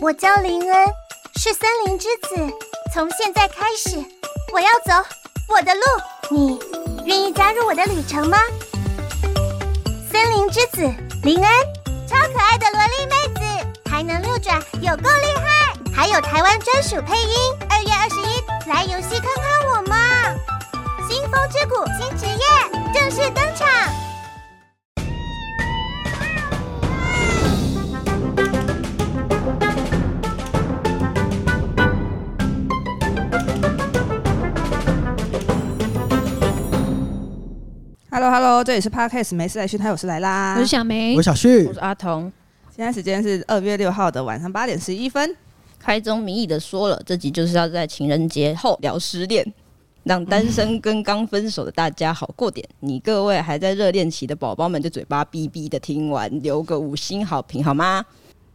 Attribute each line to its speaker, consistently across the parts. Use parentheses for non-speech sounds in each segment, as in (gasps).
Speaker 1: 我叫林恩，是森林之子。从现在开始，我要走我的路。你愿意加入我的旅程吗？森林之子林恩，超可爱的萝莉妹子，还能六转，有够厉害！还有台湾专属配音。二月二十一，来游戏看看我嘛！新风之谷新职业正式登场。
Speaker 2: Hello Hello，这里是 Podcast 没事来训，还有是来啦。
Speaker 3: 哎我是小梅
Speaker 4: 我，小旭
Speaker 5: 我是阿童。
Speaker 2: 现在时间是二月六号的晚上八点十一分。
Speaker 5: 开宗明义的说了，这集就是要在情人节后聊失恋，让单身跟刚分手的大家好过点。你各位还在热恋期的宝宝们，就嘴巴哔哔的听完，留个五星好评好吗？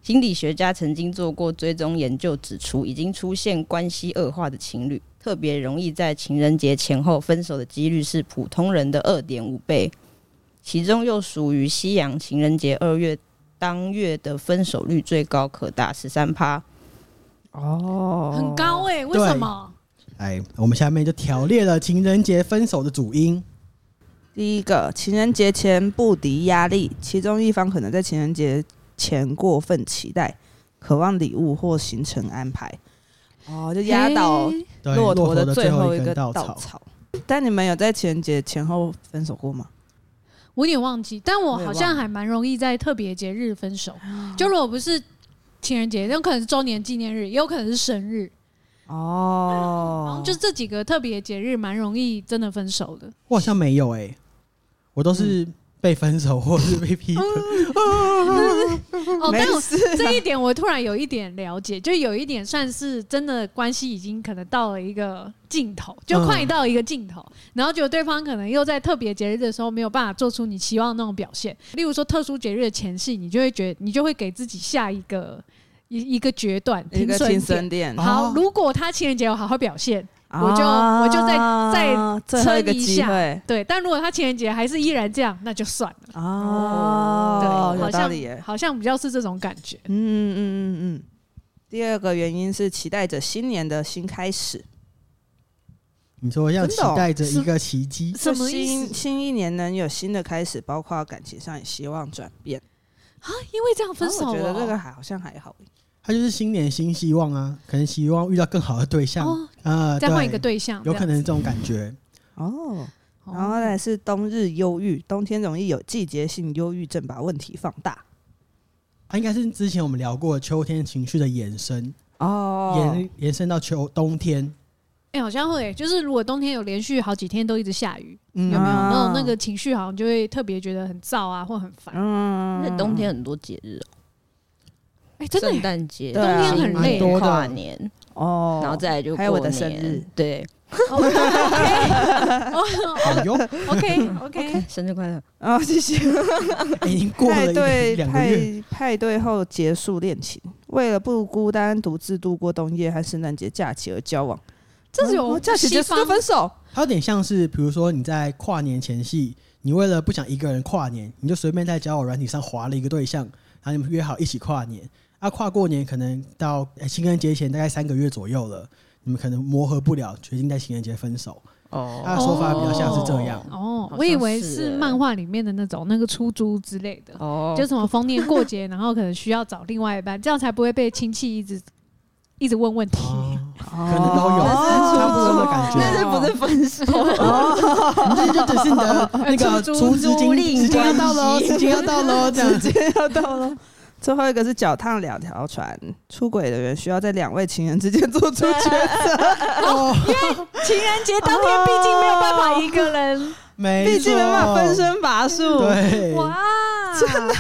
Speaker 5: 心理学家曾经做过追踪研究，指出已经出现关系恶化的情侣，特别容易在情人节前后分手的几率是普通人的二点五倍，其中又属于西洋情人节二月当月的分手率最高，可达十三趴。
Speaker 2: 哦
Speaker 3: 很高哎、为
Speaker 4: 对
Speaker 3: 什么？
Speaker 4: 来，哎我们下面就条列了情人节分手的主因。
Speaker 2: 第一个，情人节前不敌压力，其中一方可能在情人节前过分期待，渴望礼物或行程安排，哦，就压倒
Speaker 3: 嘿哎
Speaker 4: 对，
Speaker 2: 骆
Speaker 4: 骆
Speaker 2: 驼的
Speaker 4: 的
Speaker 2: 最后
Speaker 4: 后
Speaker 2: 一
Speaker 4: 根
Speaker 2: 根稻
Speaker 4: 稻
Speaker 2: 草。。但你们有在情人节前后分手过吗？
Speaker 3: 我有点忘记，但我
Speaker 2: 我也
Speaker 3: 好
Speaker 2: 忘
Speaker 3: 像还蛮容易在特别节日分手。就如果不是情人节，有可能是周年纪念日，也有可能是生日，然
Speaker 2: 哦
Speaker 3: 后就这几个特别节日蛮容易真的分手的。
Speaker 4: 我好像没有哎、我都是被分手或是被劈腿。
Speaker 3: 哦，
Speaker 2: 没
Speaker 3: 但我
Speaker 2: 事 (laughs) 啊
Speaker 3: 这一点我突然有一点了解，就有一点算是真的关系已经可能到了一个尽头，就快到一个尽头，然后就对方可能又在特别节日的时候没有办法做出你期望的那种表现，例如说特殊节日的前夕，你就会觉你就会给自己下一个一一个决断，
Speaker 2: 一个
Speaker 3: 停
Speaker 2: 亲
Speaker 3: 损
Speaker 2: 身
Speaker 3: 点。
Speaker 2: 恋，
Speaker 3: 好
Speaker 4: 哦，
Speaker 3: 如果他情人节有好好表现，我就
Speaker 2: 啊
Speaker 3: 我就再再
Speaker 2: 最后一
Speaker 3: 撑
Speaker 2: 个
Speaker 3: 一
Speaker 2: 机
Speaker 3: 下
Speaker 2: 会
Speaker 3: 对，但如果他情人节还是依然这样，那就算了。
Speaker 2: 哦，
Speaker 3: 对，
Speaker 2: 有
Speaker 3: 好
Speaker 2: 道理耶
Speaker 3: 像。好像比较是这种感觉。
Speaker 2: 嗯嗯嗯嗯嗯。第二个原因是期待着新年的新开始，
Speaker 4: 你说要
Speaker 2: 真
Speaker 4: 期
Speaker 2: 的哦
Speaker 4: 待着一个奇迹，
Speaker 3: 什么
Speaker 2: 就
Speaker 3: 意
Speaker 2: 新
Speaker 3: 思
Speaker 2: 新一年能有新的开始，包括感情上也希望转变。
Speaker 3: 因为这样分手、
Speaker 2: 啊
Speaker 3: 哦，
Speaker 2: 我觉得这个还好像还好。
Speaker 4: 它就是新年新希望啊，可能希望遇到更好的对象
Speaker 3: 哦
Speaker 4: 啊，
Speaker 3: 再换一个，对象，
Speaker 4: 有可能是这种感觉。
Speaker 2: 哦，
Speaker 3: 这样。
Speaker 2: 然后呢是冬日忧郁，冬天容易有季节性忧郁症，把问题放大。
Speaker 4: 它应该是之前我们聊过秋天情绪的延伸，
Speaker 2: 哦，
Speaker 4: 延延伸到秋冬天，
Speaker 3: 哎、好像会，就是如果冬天有连续好几天都一直下雨，
Speaker 4: 嗯
Speaker 3: 有没有？
Speaker 2: 啊
Speaker 3: 那种那个情绪好像就会特别觉得很燥啊，或很烦。哎、
Speaker 2: 嗯
Speaker 5: 而且冬天很多节日哦，
Speaker 3: 哎真的
Speaker 5: 圣
Speaker 3: 耶，
Speaker 5: 诞节、
Speaker 2: 对啊
Speaker 3: 冬天很累
Speaker 5: 新
Speaker 4: 蛮
Speaker 5: 年
Speaker 4: 多的
Speaker 5: 跨年，
Speaker 2: 哦，
Speaker 5: 然后再来就
Speaker 2: 还有我
Speaker 5: 过
Speaker 2: 的生
Speaker 5: 年
Speaker 2: 日，
Speaker 5: 对
Speaker 3: 哦
Speaker 4: 好哟，
Speaker 3: OK OK，
Speaker 5: 生日快乐。
Speaker 2: 哦，谢谢。
Speaker 4: 哎已经过了
Speaker 2: 派
Speaker 4: 一个
Speaker 2: 对
Speaker 4: 两个月，
Speaker 2: 派派对后结束恋情，为了不孤单独自度过冬夜和圣诞节假期而交往。
Speaker 3: 这是
Speaker 2: 哦
Speaker 3: 有
Speaker 2: 假期
Speaker 3: 西
Speaker 2: 结束
Speaker 3: 方
Speaker 2: 就分手，
Speaker 4: 它有点像是，比如说你在跨年前夕，你为了不想一个人跨年，你就随便在交友软体上划了一个对象，然后你们约好一起跨年。啊，跨过年可能到、呃情人节前大概三个月左右了，你们可能磨合不了，决定在情人节分手。
Speaker 5: 哦
Speaker 4: 他的说法比较像是这样。
Speaker 3: 哦
Speaker 5: 好，像
Speaker 3: 我以为
Speaker 5: 是欸
Speaker 3: 是漫画里面的那种那个出租之类的，
Speaker 5: 哦，
Speaker 3: 就什么逢年过节，然后可能需要找另外一半，这样才不会被亲戚一直一直问问题。
Speaker 4: 哦
Speaker 2: 可
Speaker 4: 可能都有，
Speaker 2: 哦
Speaker 4: 差不多的感
Speaker 5: 但是
Speaker 4: 觉。
Speaker 5: 哦不是分手？
Speaker 4: 你这就只是你的那个
Speaker 3: 出
Speaker 4: 出资
Speaker 5: 租
Speaker 4: 金，
Speaker 5: 赁
Speaker 4: 时间要到
Speaker 5: 关
Speaker 4: 喽，
Speaker 5: 系
Speaker 4: 时间要到喽，这样子。
Speaker 2: 接要到了。最后一个是脚踏两条船，出轨的人需要在两位情人之间做出抉
Speaker 3: (laughs)
Speaker 2: 择，
Speaker 4: 哦，
Speaker 3: 情人节当天，毕竟没有办法一个人。
Speaker 4: 没错，
Speaker 2: 毕竟没办法分。身乏术。
Speaker 4: 对，
Speaker 3: 哇，真的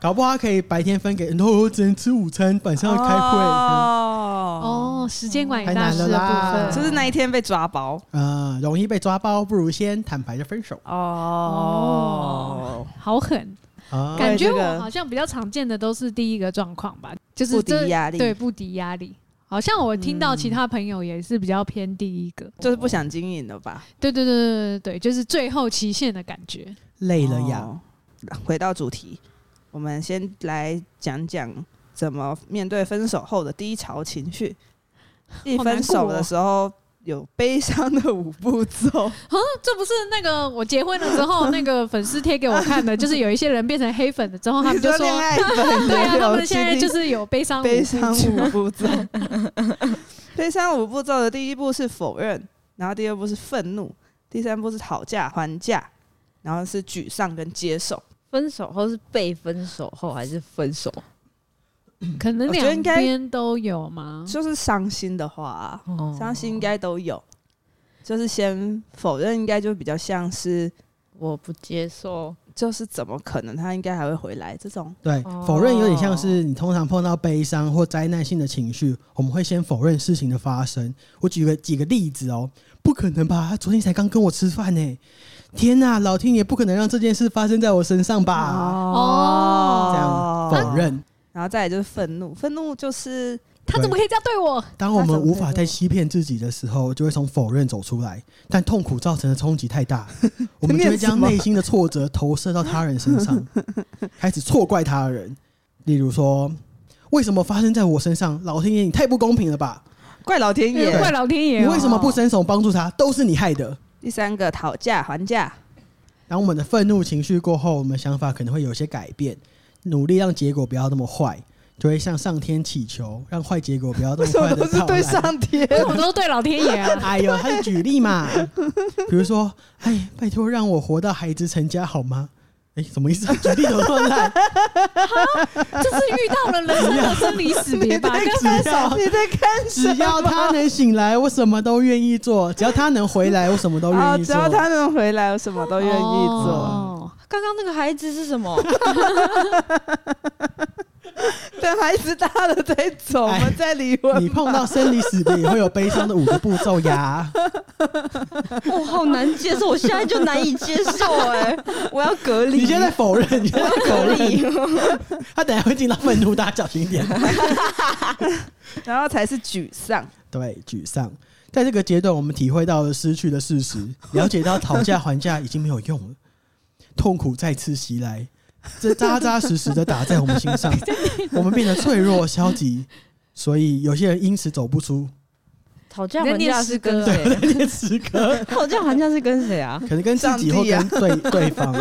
Speaker 4: 搞不好他可以白天分给，然后我只能吃午餐，晚上要开会。
Speaker 2: 哦，
Speaker 3: 哦，时间管理
Speaker 4: 太
Speaker 3: 大
Speaker 4: 难
Speaker 3: 师
Speaker 4: 了
Speaker 3: 的部
Speaker 4: 啦
Speaker 3: 分，
Speaker 2: 就是那一天被抓包
Speaker 4: 呃，容易被抓包，不如先坦白的分手
Speaker 2: 哦
Speaker 3: 哦。好狠，
Speaker 4: 啊。
Speaker 3: 感觉
Speaker 2: 对这个
Speaker 3: 我好像比较常见的都是第一个状况吧，就是
Speaker 2: 不敌
Speaker 3: 这
Speaker 2: 压力嗯
Speaker 3: 对不敌压力。好像我听到其他朋友也是比较偏第一个，
Speaker 2: 就是不想经营了吧？
Speaker 3: 对对对对对对，就是最后期限的感觉。
Speaker 4: 累了呀，
Speaker 2: 哦。回到主题，我们先来讲讲怎怎么面对分手后的低潮情绪。一
Speaker 3: 好难
Speaker 2: 分手
Speaker 3: 过哦
Speaker 2: 的时候有悲伤的五步骤，
Speaker 3: 啊这不是那个我结婚了
Speaker 2: (laughs)
Speaker 3: 之后那个粉丝贴给我看的，就是有一些人变成黑粉了之后，他
Speaker 2: 你
Speaker 3: 们就
Speaker 2: 说
Speaker 3: 说
Speaker 2: 恋，爱粉
Speaker 3: (laughs) 对啊，
Speaker 2: 也有
Speaker 3: 他们现在
Speaker 2: 经历
Speaker 3: 就是有悲伤舞
Speaker 2: 悲伤五步
Speaker 3: (laughs)
Speaker 2: 骤。悲伤五步骤的第一步是否认，然后第二步是愤怒，第三步是讨价还价，然后是沮丧跟接受。
Speaker 5: (laughs) 分手后是被分手后还是分手？
Speaker 3: 可能
Speaker 2: 我觉得
Speaker 3: 两
Speaker 2: 应该
Speaker 3: 边都有吗？
Speaker 2: 就是伤心的话啊、
Speaker 5: 哦
Speaker 2: 伤心应该都有。就是先否认，应该就比较像是，
Speaker 5: 我不接受。
Speaker 2: 就是怎么可能他应该还会回来这种？
Speaker 4: 对，
Speaker 5: 哦
Speaker 4: 否认有点像是你通常碰到悲伤或灾难性的情绪，我们会先否认事情的发生。我举个几个例子哦，不可能吧？他昨天才刚跟我吃饭呢，天哪、老天爷不可能让这件事发生在我身上吧？
Speaker 3: 哦
Speaker 4: 啊这样否认，
Speaker 2: 然后再来就是愤怒，愤怒就是
Speaker 3: 他怎么可以这样对我？
Speaker 4: 当我们无
Speaker 2: 那怎么
Speaker 4: 法
Speaker 2: 可以
Speaker 4: 再欺骗自己的时候，就会从否认走出来。但痛苦造成的冲击
Speaker 2: (laughs)
Speaker 4: 太大，我们就会将内心的挫折投射到他人
Speaker 2: (laughs)
Speaker 4: 身上，开始错怪他人。例如说，为什么发生在我身上？老天爷，你太不公平了吧！
Speaker 2: 怪老天爷。
Speaker 3: 怪老天
Speaker 2: 啊
Speaker 4: 你
Speaker 3: 爷哦！
Speaker 4: 为什么不伸手帮助他？都是你害的。
Speaker 2: 第三个讨价还价，
Speaker 4: 当我们的愤怒情绪过后，我们想法可能会有些改变，努力让结果不要那么坏，就会向上天祈求，让坏结果不要那
Speaker 2: 为什
Speaker 4: 么
Speaker 2: 么
Speaker 4: 坏
Speaker 2: 都
Speaker 4: 的
Speaker 2: 是
Speaker 4: 到
Speaker 2: 对
Speaker 4: 来。
Speaker 2: 上天？
Speaker 3: 为什么都是对老天爷啊？
Speaker 4: (laughs) 哎呦，他是举例嘛，比如说，哎，拜托让我活到孩子成家好吗？哎，什么意思？举例怎么那么烂？
Speaker 3: 这是遇到了人生的生离死别吧？跟
Speaker 4: 只要
Speaker 2: (laughs) 你在看什么？
Speaker 4: (laughs) 只要他能醒来，我什么都愿意做；只要他能回来，我什么都
Speaker 2: 啊，
Speaker 4: 愿意
Speaker 2: 只
Speaker 4: 做。
Speaker 2: 要他能回来，我什么都愿意做。
Speaker 3: 哦
Speaker 5: 刚刚那个孩子是什么？ (laughs)
Speaker 2: 等孩子大了再走，我
Speaker 4: 哎
Speaker 2: 们再离婚。
Speaker 4: 你碰到生离死别也会有悲伤的五个步骤
Speaker 2: (laughs)
Speaker 4: 呀。
Speaker 5: 我、哦好难接受，我现在就难以接受哎、 (laughs) 我要隔离。
Speaker 4: 你现在否认，你现在否
Speaker 5: 隔
Speaker 4: 认，
Speaker 5: 离，
Speaker 4: 他等下会进到愤怒，大家小心一点。
Speaker 2: 然后才是沮丧。
Speaker 4: 对，沮丧。在这个阶段，我们体会到了失去的事
Speaker 2: (laughs)
Speaker 4: 实，了解到讨价还价已经没有用了，痛苦再次袭来，这扎扎实实的打在我们心
Speaker 2: (laughs)
Speaker 4: 上，我们变得脆弱、消极，所以有些人因此走不出。
Speaker 5: 讨价
Speaker 3: 你在
Speaker 5: 还
Speaker 3: 念
Speaker 5: 价
Speaker 3: 诗
Speaker 5: 是
Speaker 3: 歌
Speaker 5: 跟
Speaker 3: 对
Speaker 5: (laughs) 谁？
Speaker 4: 念诗歌，
Speaker 5: 讨价还价是跟谁啊？
Speaker 4: 可能跟自己或
Speaker 2: 上帝啊
Speaker 4: 跟对对方，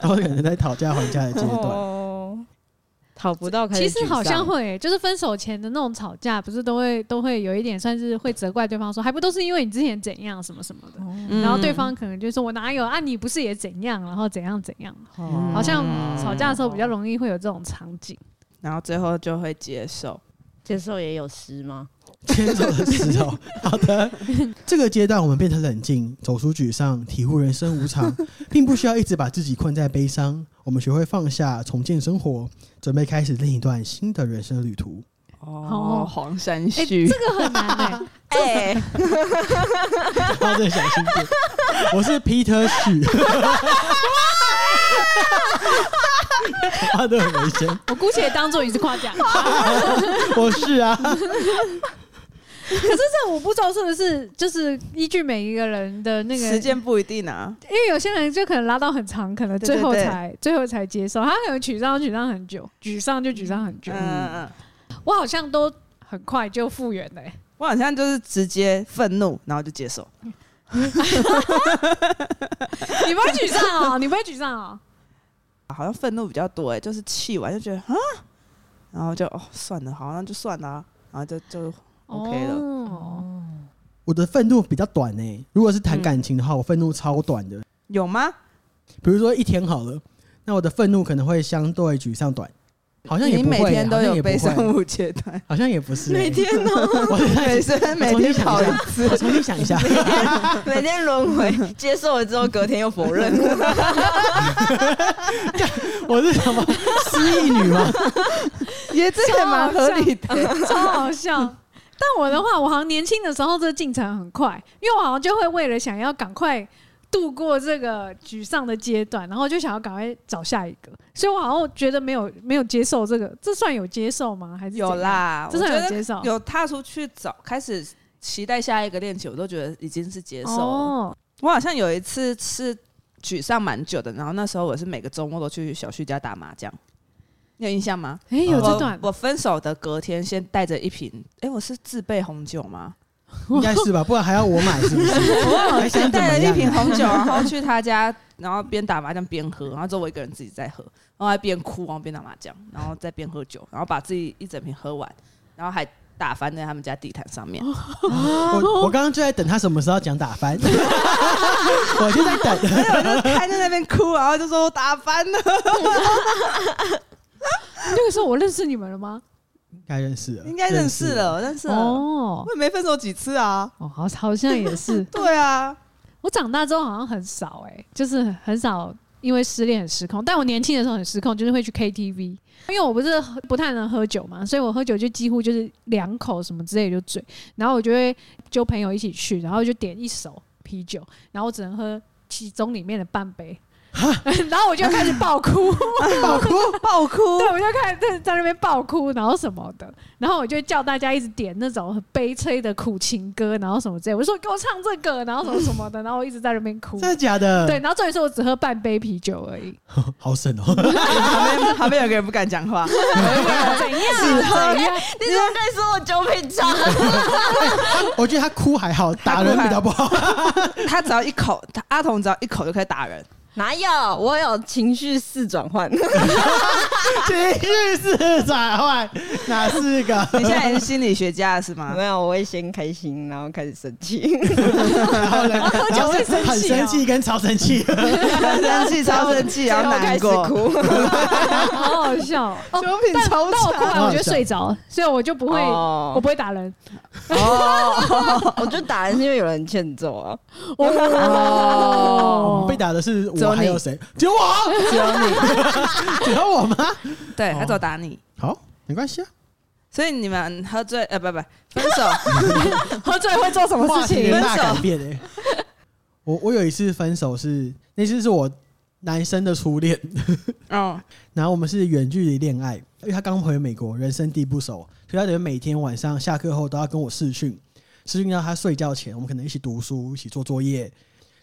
Speaker 4: 都可能在讨价还价的阶段。
Speaker 5: 哦，讨不到开始
Speaker 3: 其
Speaker 5: 沮
Speaker 3: 实
Speaker 5: 丧，
Speaker 3: 好像会、就是分手前的那种吵架，不是都会都会有一点算是会责怪对方说，还不都是因为你之前怎样什么什么的，
Speaker 2: 哦
Speaker 3: 然后对方可能就说我哪有啊，你不是也怎样，然后怎样怎样，
Speaker 5: 哦
Speaker 3: 好像
Speaker 2: 嗯
Speaker 3: 吵架的时候比较容易会有这种场景。
Speaker 2: 然后最后就会接受。
Speaker 5: 接受也有失吗？
Speaker 4: (laughs) 牵手的时候，好 (laughs) 的，这个阶段我们变得冷静，走出沮丧，体悟人生无 (laughs) 常，并不需要一直把自己困在悲伤。我们学会放下，重建生活，准备开始另一段新的人生旅途。
Speaker 2: 哦，黄山
Speaker 3: 哎、
Speaker 2: 旭
Speaker 3: 这，个很难哎、
Speaker 2: (laughs)
Speaker 5: 哎、
Speaker 4: 大家真的哦小心点。我是 Peter 许，他都很危险。
Speaker 3: 我姑且当做你是
Speaker 2: (laughs)
Speaker 3: 夸奖。
Speaker 4: 我是啊，
Speaker 3: 可是这五步骤是不是就是依据每一个人的那个
Speaker 2: 时间不一定啊。
Speaker 3: 因为有些人就可能拉到很长，可能
Speaker 2: 对
Speaker 3: 最后
Speaker 2: 对对
Speaker 3: 才最后才接受，他可能沮丧沮丧很久，沮丧就沮丧很久。
Speaker 2: 嗯嗯，嗯
Speaker 3: 我好像都很快就复原了、欸。
Speaker 2: 我好像就是直接愤怒，然后就接受。
Speaker 3: (laughs) 你不会沮丧哦，你不会沮丧哦。
Speaker 2: 好像愤怒比较多哎、就是气完就觉得啊，然后就哦算了，好，那就算了啊、然后就就 (laughs) OK 了。
Speaker 3: 哦，
Speaker 4: 我的愤怒比较短呢、如果是谈感情的话，我愤怒超短的，
Speaker 2: 有吗？
Speaker 4: 比如说一天好了，那我的愤怒可能会相对沮丧短，好像也
Speaker 2: 你
Speaker 4: 不会，啊
Speaker 2: 每天都
Speaker 4: 好像
Speaker 2: 有
Speaker 4: 也不
Speaker 2: 悲
Speaker 4: 会
Speaker 2: 伤五阶段，
Speaker 4: 好像也不是、欸，
Speaker 5: 每天哦，
Speaker 4: 我
Speaker 2: 每生每天考一次，
Speaker 4: 我重新想一下，
Speaker 5: (laughs) 每天轮回，接受了之后隔天又否认， (laughs)
Speaker 4: 我是什么失忆女
Speaker 2: (laughs)
Speaker 4: 吗？
Speaker 2: 也这也蛮合理的。
Speaker 3: 哦 (laughs) 超好笑。但我的话，我好像年轻的时候这进程很快，因为我好像就会为了想要赶快度过这个沮丧的阶段，然后就想要赶快找下一个，所以我好像觉得没有没有接受这个，这算有接受吗？还是
Speaker 2: 有
Speaker 3: 怎样，
Speaker 2: 啦，
Speaker 3: 这
Speaker 2: 我
Speaker 3: 算
Speaker 2: 觉
Speaker 3: 有
Speaker 2: 得
Speaker 3: 接受。
Speaker 2: 有踏出去找，开始期待下一个恋情，我都觉得已经是接受了。
Speaker 3: 哦，
Speaker 2: 我好像有一次是沮丧蛮久的，然后那时候我是每个周末都去小旭家打麻将，你有印象吗？
Speaker 3: 哎，有这段
Speaker 2: 哦我，我分手的隔天，先带着一瓶，哎，我是自备红酒
Speaker 3: (laughs)
Speaker 2: 吗？
Speaker 4: 应该是吧？不然还要我买是不
Speaker 2: (laughs)
Speaker 4: 是？还想
Speaker 2: 先
Speaker 4: 怎么
Speaker 2: 带了一
Speaker 4: 样
Speaker 2: 瓶
Speaker 4: 啊？
Speaker 2: 红酒，然后去他家，然后边打麻将边喝，然后之后我一个人自己在喝，然后还边哭，然后边打麻将，然后再边喝酒，然后把自己一整瓶喝完，然后还打翻在他们家地毯上 (laughs)
Speaker 3: 哦
Speaker 2: 面。
Speaker 4: 我我刚刚就在等他什么时候讲打
Speaker 2: (laughs)
Speaker 4: 翻，我就在等。
Speaker 2: 我就看在那边哭，然后就说我打翻了。
Speaker 3: 那个时候我认识你们了吗？
Speaker 4: 应该认识了，
Speaker 2: 应该认识。了，认识了。
Speaker 3: 哦
Speaker 2: 我也没分手几次啊。
Speaker 3: 哦，好，好像也是。
Speaker 2: 对啊，
Speaker 3: 我长大之后好像很少哎、就是很少因为失恋很失控。但我年轻的时候很失控，就是会去 KTV，因为我不是喝不太能喝酒嘛，所以我喝酒就几乎就是两口什么之类就醉，然后我就会揪朋友一起去，然后就点一手啤酒，然后我只能喝其中里面的半杯。 (laughs) 然后我就开始爆哭，
Speaker 2: 爆哭， (laughs) 爆哭。
Speaker 3: 对，我就开始在在那边爆哭，然后什么的，然后我就叫大家一直点那种很悲催的苦情歌，然后什么之类，我就说给我唱这个，然后什么什么的，然后我一直在那边哭
Speaker 4: 真。的假的？
Speaker 3: 对，，然后重点是我只喝半杯啤酒而 (laughs) 已，
Speaker 4: 好省哦。 (laughs)
Speaker 2: 旁边旁边有个人不敢讲话，
Speaker 3: 怎样？怎样？
Speaker 5: 啊 (laughs) 你怎么在说我酒品差？
Speaker 4: 我觉得他哭还好，打人比较不好。
Speaker 2: 他只要一口，他阿童只要一口就可以打人。
Speaker 5: 哪有？我有情绪四转换，
Speaker 4: 情绪是转换，哪四个？
Speaker 2: 你现在也是心理学家了是吗
Speaker 5: (laughs)
Speaker 2: (laughs)
Speaker 5: 没？有，我会先开心，然后开始生气。
Speaker 4: 然后呢？
Speaker 3: 啊 (laughs) 喝
Speaker 4: 然
Speaker 3: 酒
Speaker 4: 后
Speaker 3: 会
Speaker 4: 是
Speaker 3: 生
Speaker 4: 很
Speaker 3: 气、
Speaker 4: 生
Speaker 3: 哦，
Speaker 4: 气跟超生气，
Speaker 2: 很生气，超生气，然后难过。
Speaker 5: 最后开始哭，
Speaker 3: (laughs) 好好笑哦。哦
Speaker 2: 酒品
Speaker 3: 但但
Speaker 2: 超
Speaker 3: 我哭
Speaker 2: 差
Speaker 3: 完我就睡着，所以我就不会，
Speaker 5: 哦
Speaker 3: 我不会打人。
Speaker 5: 哦， (laughs) 我就打人是因为有人欠揍啊。
Speaker 3: 哦
Speaker 4: (laughs) 被打的是
Speaker 2: 只有
Speaker 4: 我，
Speaker 2: 你
Speaker 4: 还有谁？只有我，只有你， (laughs) 只有我吗？
Speaker 2: 对，他只有打你。
Speaker 4: 好，没关系啊。
Speaker 2: 所以你们喝醉呃不不分手， (laughs)
Speaker 3: 喝醉会做什么
Speaker 4: 话
Speaker 3: 事
Speaker 4: 题
Speaker 3: 情？
Speaker 4: 大
Speaker 2: 分手
Speaker 4: 改变哎、我我有一次分手是那次是我男生的初恋，
Speaker 2: 嗯，
Speaker 4: 然后我们是远距离恋爱，因为他刚回美国，人生地不熟，所以他等于每天晚上下课后都要跟我视讯，视讯到他睡觉前，我们可能一起读书，一起做作业。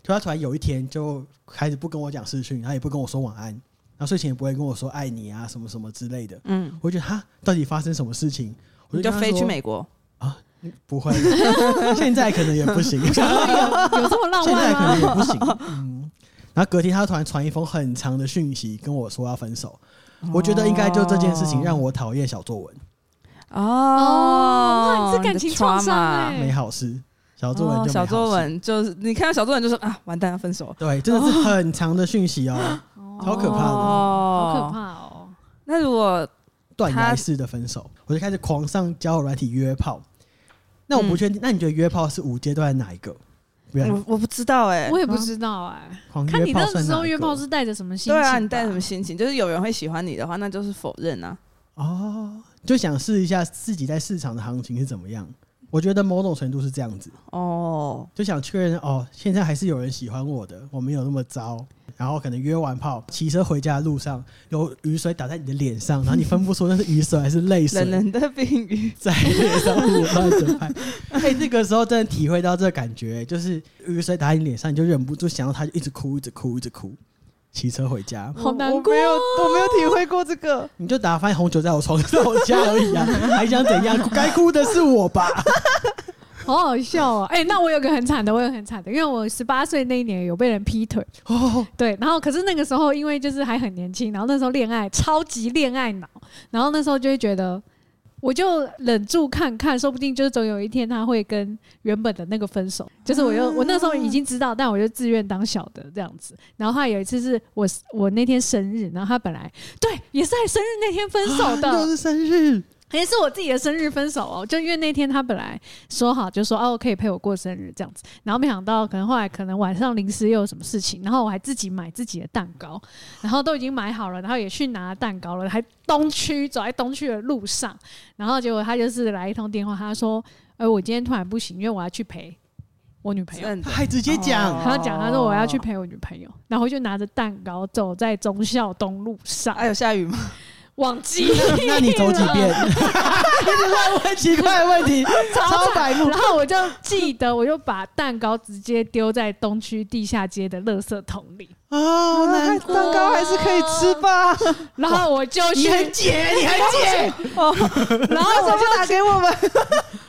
Speaker 4: 就他突然有一天就开始不跟我讲视讯，他也不跟我说晚安，然后睡前也不会跟我说爱你啊什么什么之类的。
Speaker 2: 嗯
Speaker 4: 嗯，我就觉得哈，到底发生什么事情？我
Speaker 2: 你就
Speaker 4: 跟他
Speaker 2: 飞去
Speaker 4: 说
Speaker 2: 美国。
Speaker 3: (laughs)
Speaker 4: 不会，现在可能也不行。
Speaker 3: 有这么浪
Speaker 4: 现
Speaker 3: 漫
Speaker 4: 在可
Speaker 3: 吗？
Speaker 4: 能也
Speaker 3: (laughs)
Speaker 4: 不行。嗯，然后隔天他突然传一封很长的讯息跟我说要分手，
Speaker 3: 哦
Speaker 4: 我觉得应该就这件事情让我讨厌小作文，
Speaker 2: 哦
Speaker 3: 哦，那你是感情创伤
Speaker 2: 哎。
Speaker 3: 哎
Speaker 4: 没好事，小
Speaker 2: 小
Speaker 4: 作
Speaker 3: 哦
Speaker 4: 文就没好事
Speaker 2: 哦小作。文就是你看到小作文就说啊，完蛋要分手了，
Speaker 4: 对，真的是很长的讯息哦，超可怕的
Speaker 2: 哦
Speaker 3: 好可怕哦！
Speaker 2: 那如果
Speaker 4: 断崖式的分手，我就开始狂上交友软体约炮。那我不确
Speaker 3: 嗯
Speaker 4: 定，那你觉得约炮是五阶段哪一个？不要
Speaker 2: 我我不知道哎、
Speaker 3: 我也不知道哎，
Speaker 4: 狂
Speaker 3: 看
Speaker 4: 约
Speaker 3: 你
Speaker 4: 炮
Speaker 3: 那
Speaker 4: 算
Speaker 3: 时
Speaker 4: 哪
Speaker 3: 候
Speaker 4: 一
Speaker 3: 约炮
Speaker 4: 个？
Speaker 3: 是带着什么心情
Speaker 2: 对
Speaker 3: 吧？
Speaker 2: 啊，你带什么心情？就是有人会喜欢你的话，那就是否认啊。
Speaker 4: 哦，就想试一下自己在市场的行情是怎么样。我觉得某种程度是这样子。
Speaker 2: 哦，
Speaker 4: 就想确认哦，现在还是有人喜欢我的，我没有那么糟。然后可能约完炮，骑车回家的路上有雨水打在你的脸上，然后你分不出那是雨水还是泪水
Speaker 2: 冷，冷的冰 (laughs) 雨，
Speaker 4: 在脸上胡乱着拍。哎，那个时候真的体会到这个感觉，就是雨水打在你脸上，你就忍不住想要他，就一直哭，一直哭，一直哭。骑车回家，
Speaker 3: 好难
Speaker 2: 我
Speaker 3: 过哦
Speaker 2: 没有，我没有体会过这个。
Speaker 4: 你就打翻红酒在我床上我家而已啊，还想怎样？该哭的是我吧？
Speaker 3: (laughs) 好好笑哦！哎、那我有个很惨的，我有个很惨的，因为我十八岁那一年有被人劈腿，
Speaker 4: 哦，
Speaker 3: 对，然后可是那个时候因为就是还很年轻，然后那时候恋爱超级恋爱脑，然后那时候就会觉得，我就忍住看看，说不定就是总有一天他会跟原本的那个分手。就是我又我那时候已经知道，但我就自愿当小的这样子。然后他有一次是我我那天生日，然后他本来对也是在生日那天分手
Speaker 4: (gasps)
Speaker 3: 的，
Speaker 4: 又是生日，
Speaker 3: 也是我自己的生日分手哦，就因为那天他本来说好就说哦可以陪我过生日这样子，然后没想到可能后来可能晚上临时又有什么事情，然后我还自己买自己的蛋糕，然后都已经买好了，然后也去拿蛋糕了，还东区走在东区的路上，然后结果他就是来一通电话，他说，哎、我今天突然不行，因为我要去陪我女朋友。
Speaker 2: 真
Speaker 4: 他
Speaker 2: 的
Speaker 4: 还直接讲， (laughs)
Speaker 2: 哦
Speaker 3: 他讲，他说我要去陪我女朋友，然后就拿着蛋糕走在忠孝东路上
Speaker 2: 哦 (laughs) 啊，，有下雨吗？
Speaker 3: (laughs) 忘记
Speaker 4: (laughs) 那你走几遍？直在问奇怪的问 (laughs) 题，超白目。
Speaker 3: 然后我就记得，我就把蛋糕直接丢在东区地下街的垃圾桶里，
Speaker 2: 啊，
Speaker 4: 哦
Speaker 2: 难
Speaker 3: 过
Speaker 2: 蛋糕还是可以吃吧？
Speaker 3: 然后我就去
Speaker 4: 你，很解，你很解，
Speaker 3: (laughs)
Speaker 2: 哦，然后怎么不打给我 (laughs) 们？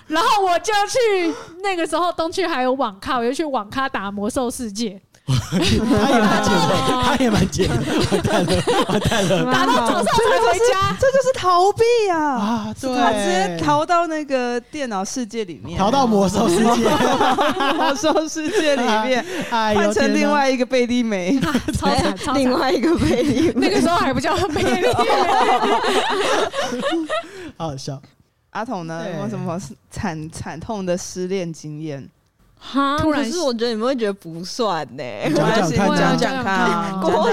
Speaker 3: 然后我就去那个时候东区还有网咖，我就去网咖打魔兽世
Speaker 4: (laughs)
Speaker 3: 界，
Speaker 4: 他也蛮解的，他也蛮解的，完蛋了，完蛋了
Speaker 3: 打到早上才回家。
Speaker 2: 这就是逃避啊！
Speaker 4: (laughs) 啊！对，
Speaker 2: 他直接逃到那个电脑世界里面，
Speaker 4: 逃到魔兽世界，
Speaker 2: (laughs) 魔兽世界里面，
Speaker 4: (laughs) 哎呦
Speaker 2: 换成另。
Speaker 4: 天哪
Speaker 2: 外一个贝利
Speaker 4: (laughs)
Speaker 2: 梅。
Speaker 3: 超
Speaker 4: 哎
Speaker 5: (laughs)
Speaker 3: 惨超惨
Speaker 5: 另。外一个魅力，
Speaker 3: 那个时候还不叫美
Speaker 4: (laughs)
Speaker 3: 丽，
Speaker 4: 好好笑，
Speaker 2: 阿童呢，
Speaker 4: 对
Speaker 2: 有没有什么惨惨痛的失恋经验？
Speaker 3: 哈突然
Speaker 5: 可是我觉得你们会觉得不算呢、
Speaker 4: 你讲讲
Speaker 2: 没关
Speaker 4: 看
Speaker 2: 系
Speaker 4: 讲
Speaker 2: 你讲看，
Speaker 3: 对
Speaker 5: 国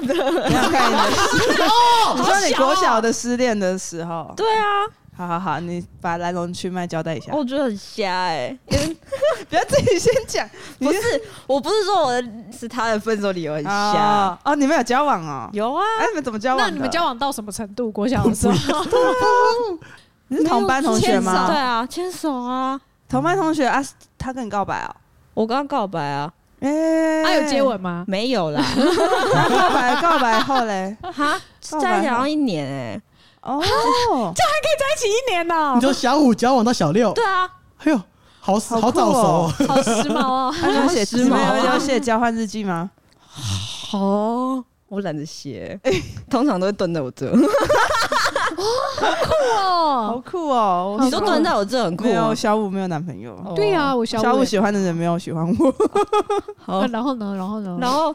Speaker 2: (laughs)
Speaker 5: 的，
Speaker 2: 讲看你的失。
Speaker 3: 哦
Speaker 2: (laughs) 你说你国小的失恋的时候，
Speaker 5: 对啊，
Speaker 2: 好好好，你把来龙去脉交代一下。
Speaker 3: 哦
Speaker 5: 我觉得很瞎哎、
Speaker 2: 不要自己先讲，你
Speaker 5: 不是，我不是说我的，是他的分手理由很瞎。
Speaker 2: 哦哦，你们有交往哦？
Speaker 5: 有啊，
Speaker 2: 哎，你们怎么交往
Speaker 3: 那
Speaker 2: 的？
Speaker 3: 你们交往到什么程度？国小的时候，
Speaker 2: 你是同班同学
Speaker 5: 牵手对
Speaker 2: 吗？
Speaker 5: 啊，牵手啊，
Speaker 2: 同班同学啊，他跟你告白哦。
Speaker 5: 我刚刚告白啊，
Speaker 2: 哎，
Speaker 3: 他有接？吻吗？
Speaker 5: 没有啦，
Speaker 2: 告白告白后嘞？
Speaker 5: 哈，
Speaker 2: (laughs) 告白
Speaker 5: 在一起好像一年哎、
Speaker 2: 哦，
Speaker 3: 在一起一年哦呢
Speaker 4: 你，从小五交往到小六，
Speaker 5: 对啊，
Speaker 4: 哎呦，好
Speaker 2: 好酷
Speaker 4: 好早熟哦，
Speaker 3: 好时髦
Speaker 4: (laughs)
Speaker 3: 哦！
Speaker 4: 哎
Speaker 2: 那你有写
Speaker 5: 时髦
Speaker 2: 你们
Speaker 5: 啊
Speaker 2: 有有写交换日记吗？
Speaker 5: 好、我懒
Speaker 2: (laughs)
Speaker 5: 得写，通常都会蹲在我这。
Speaker 2: 好
Speaker 3: 哦，
Speaker 2: 酷哦！我
Speaker 5: 你说蹲在我这很酷啊
Speaker 2: 没有
Speaker 5: 吗？
Speaker 2: 小五没有男朋友，
Speaker 5: 哦
Speaker 3: 对啊呀，，哦我小
Speaker 2: 小
Speaker 3: 五
Speaker 2: 五
Speaker 3: 也
Speaker 2: 喜欢的人没有喜欢我。
Speaker 3: (laughs)
Speaker 5: 好
Speaker 3: 啊，然后呢，然后呢，
Speaker 5: 哦然后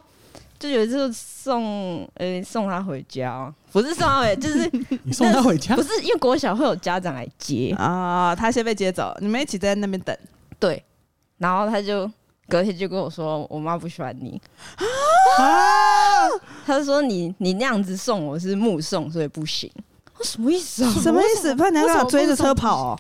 Speaker 5: 就有一次送，呃、送他回家，不是送他回，就是
Speaker 4: 你送他回家
Speaker 5: 不，是因为国小会有家长来接，
Speaker 2: 啊，他先被接走，你们一起在那边等。
Speaker 5: 对，然后他就隔天就跟我说，我妈不喜欢你，
Speaker 2: 啊，
Speaker 5: 他就说你你那样子送我是目送，所以不行。我什么意思啊？
Speaker 2: 什么意思？怕你要
Speaker 3: 为什么
Speaker 2: 让我追着车跑哦？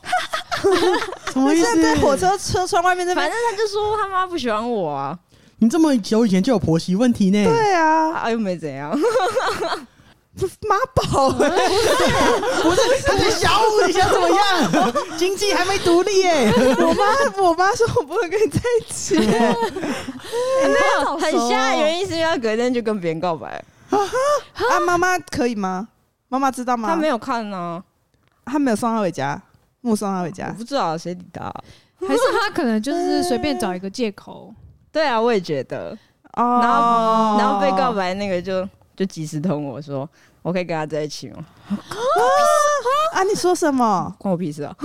Speaker 4: 什么意
Speaker 2: 现在在？
Speaker 4: 思
Speaker 2: 火车车窗外面这
Speaker 5: 反
Speaker 2: 边。
Speaker 5: 正他就说他妈不喜欢我啊，
Speaker 4: 你这么久以前就有婆媳问题呢？
Speaker 2: 对啊，
Speaker 5: 啊又没
Speaker 2: (laughs)
Speaker 5: 怎样，
Speaker 2: 妈宝哎、
Speaker 4: 不是，他是小五， (laughs) 你想怎么样？ (laughs) 经济还没独立耶，
Speaker 2: 我妈，我妈说我不能跟你在一起、欸，
Speaker 5: 没
Speaker 3: 好
Speaker 5: 有
Speaker 3: 熟
Speaker 5: 很瞎的
Speaker 3: 哦
Speaker 5: 原因是因为他隔天就跟别人告白，
Speaker 2: 啊，妈妈可以吗？妈妈知道吗？
Speaker 5: 他没有看呢、
Speaker 2: 她没有送她回家，目送她回
Speaker 5: 我
Speaker 2: 家。
Speaker 5: 不知道谁理他、
Speaker 3: 还是他可能就是随便找一个借口，
Speaker 5: 对啊，我也觉得，
Speaker 2: 哦，
Speaker 5: 然后然后被告白那个就就及时通我说，我可以跟他在一起吗？
Speaker 2: 啊？你说什么？
Speaker 5: 关我屁事啊！ (laughs)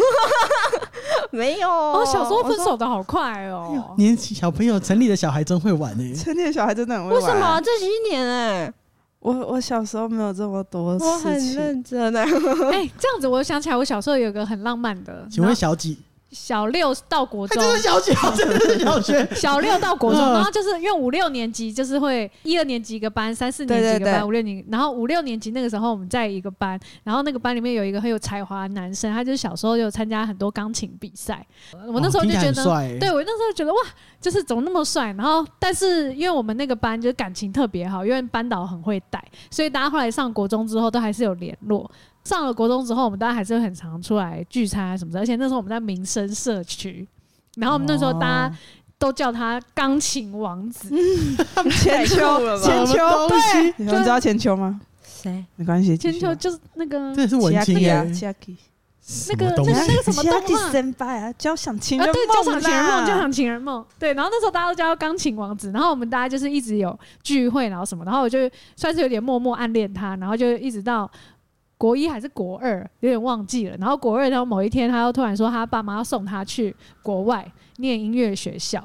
Speaker 5: 没有，
Speaker 3: 哦，
Speaker 5: 我
Speaker 3: 小时候分手的好快哦，
Speaker 4: 年轻小朋友城里的小孩真会玩呢。
Speaker 2: 城里的小孩真的很会
Speaker 5: 为
Speaker 2: 玩
Speaker 5: 什么？这是一年哎、
Speaker 2: 我我小时候没有这么多
Speaker 5: 我
Speaker 2: 事
Speaker 5: 很
Speaker 2: 情。
Speaker 5: 认真哎、
Speaker 3: 哎，这样子我想起来，我小时候有一个很浪漫的，
Speaker 4: 请问小几？
Speaker 3: 小六到国
Speaker 4: 他
Speaker 3: 中，
Speaker 4: 真是小学，真的是小学。
Speaker 3: 小六到国中，
Speaker 4: 嗯
Speaker 3: 然后就是因为五六年级就是会一二年级一个班，三四年级一
Speaker 2: 对
Speaker 3: 个
Speaker 2: 对对
Speaker 3: 班，五六年，然后五六年级那个时候我们在一个班，然后那个班里面有一个很有才华的男生，他就是小时候有参加很多钢琴比赛，我那时候就觉
Speaker 4: 哦听起来很
Speaker 3: 得。
Speaker 4: 帅耶
Speaker 3: 对，我那时候觉得哇，就是怎么那么帅？然后，但是因为我们那个班就是感情特别好，因为班导很会带，所以大家后来上国中之后都还是有联络。上了国中之后，我们大家还是会很常出来聚餐啊什么的，而且那时候我们在民生社区，然
Speaker 5: 哦
Speaker 3: 后我们那时候大家都叫他钢琴王子。
Speaker 2: 千秋
Speaker 5: 太酷了，
Speaker 2: 哦
Speaker 5: 吧
Speaker 2: 千
Speaker 4: 什么
Speaker 2: 秋，
Speaker 4: 东西
Speaker 2: 对，你们知道千秋吗？
Speaker 5: 谁？
Speaker 2: 没关系，
Speaker 3: 千秋就是啊那个
Speaker 4: 真的是文青耶，
Speaker 2: 啊，Chiaki，
Speaker 3: 那个
Speaker 4: 东
Speaker 3: 那个
Speaker 4: 西
Speaker 3: 那个什么动
Speaker 2: 第
Speaker 3: 画？
Speaker 2: 三拜啊，交响情
Speaker 3: 啊，
Speaker 2: 人
Speaker 3: 对，就
Speaker 2: 梦
Speaker 3: 想
Speaker 2: 啦
Speaker 3: 情人梦，就想情人梦。对，然后那时候大家都叫他钢琴王子，然后我们大家就是一直有聚会，然后什么，然后我就算是有点默默暗恋他，然后就一直到国一还是国二，有点忘记了。然后国二，然后某一天，他又突然说他爸妈要送他去国外念音乐学校。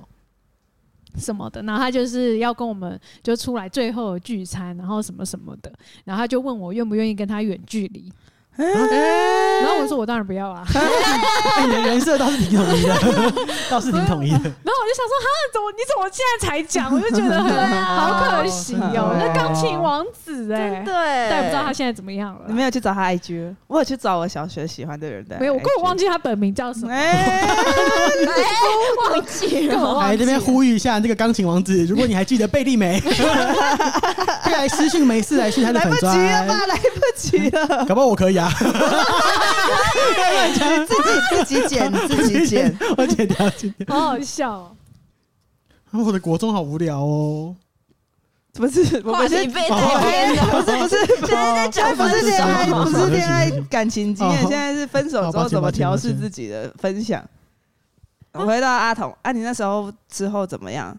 Speaker 3: 什么的，然后他就是要跟我们就出来最后的聚餐，然后什么什么的，然后他就问我愿不愿意跟他远距离，
Speaker 2: 哎
Speaker 3: 然后我说我当然不要啊，
Speaker 4: 哎，你的人设倒是挺统一的，倒是挺统一的。
Speaker 3: 然后我就想说，哈，怎么你怎么现在才讲？ (laughs) 我就觉得很
Speaker 2: 啊
Speaker 3: 好可惜哦，那钢琴王子哎，
Speaker 5: 对
Speaker 3: 但也不知道他现在怎么样了
Speaker 2: 你。没有去找他 IG，我有去找我小学喜欢的人的，
Speaker 3: 没有，我根本忘。记他本名叫什么，
Speaker 2: 哎，
Speaker 5: 忘记
Speaker 3: 根本忘
Speaker 4: 来
Speaker 3: 记。
Speaker 4: 哎这边呼吁一下那个钢琴王子，如果你还记得贝利梅，可以来私信没事来 (laughs) 去他的
Speaker 2: 来
Speaker 4: 粉
Speaker 2: 不及了
Speaker 4: 砖，
Speaker 2: 吧？来不及了，
Speaker 4: 搞不好我可以啊，
Speaker 2: 自己自己 (laughs) 剪，自己剪。
Speaker 4: 我剪掉今天。
Speaker 3: 好好笑、哦，
Speaker 4: 我的国中好无聊哦，
Speaker 2: 不是，我
Speaker 5: 话
Speaker 2: 不是
Speaker 5: 题被带偏了，
Speaker 2: 哦哎不是不是，现在在
Speaker 5: 讲
Speaker 2: 不是
Speaker 5: 分
Speaker 2: 恋
Speaker 5: 手
Speaker 2: 爱，不是恋爱感情经验，
Speaker 4: 哦
Speaker 2: 现在是分手之
Speaker 4: 哦抱
Speaker 2: 后
Speaker 4: 歉
Speaker 2: 怎么
Speaker 4: 抱歉
Speaker 2: 调
Speaker 4: 抱
Speaker 2: 试
Speaker 4: 歉
Speaker 2: 自己的分享。我回到阿童，啊，你那时候之后怎么样？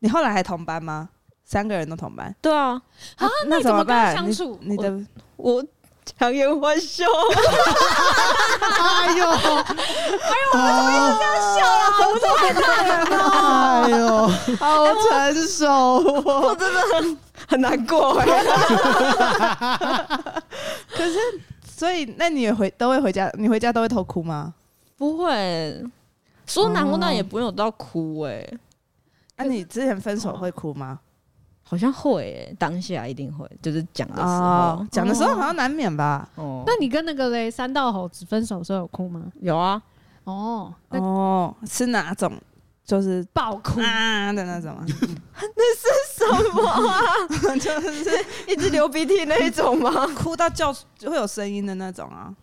Speaker 2: 你后来还同班吗？三个人都同班
Speaker 5: 对啊，
Speaker 2: 啊？那
Speaker 3: 你怎
Speaker 2: 么
Speaker 3: 么跟他
Speaker 2: 办？
Speaker 3: 相
Speaker 2: 你
Speaker 3: 处
Speaker 2: 你的
Speaker 5: 我强颜欢笑，
Speaker 4: 哎呦，哎呦，我怎么
Speaker 2: (laughs)
Speaker 4: 笑了？
Speaker 2: 好成熟哦。
Speaker 5: 真的很很难过哎、
Speaker 2: 可是， (laughs) 所以那你也回都会回家，你回家都会偷哭吗？
Speaker 5: 不会。说难过，但也不用到哭哎、
Speaker 2: 那啊你之前分手会哭吗？
Speaker 5: 好像会哎、当下一定会，就是讲的时
Speaker 2: 哦
Speaker 5: 候，，
Speaker 2: 讲的时候好像难免吧。
Speaker 5: 哦，
Speaker 3: 那你跟那个嘞三道猴子分手的时候有哭吗？
Speaker 5: 有啊，
Speaker 3: 哦，那嗯
Speaker 2: 哦，是哪种？就是
Speaker 3: 爆哭，
Speaker 2: 啊的那种啊，
Speaker 5: 什么啊？
Speaker 2: (laughs) 就是
Speaker 5: 一直流鼻涕那一种吗？
Speaker 2: (laughs) 哭到叫会有声音的那种啊。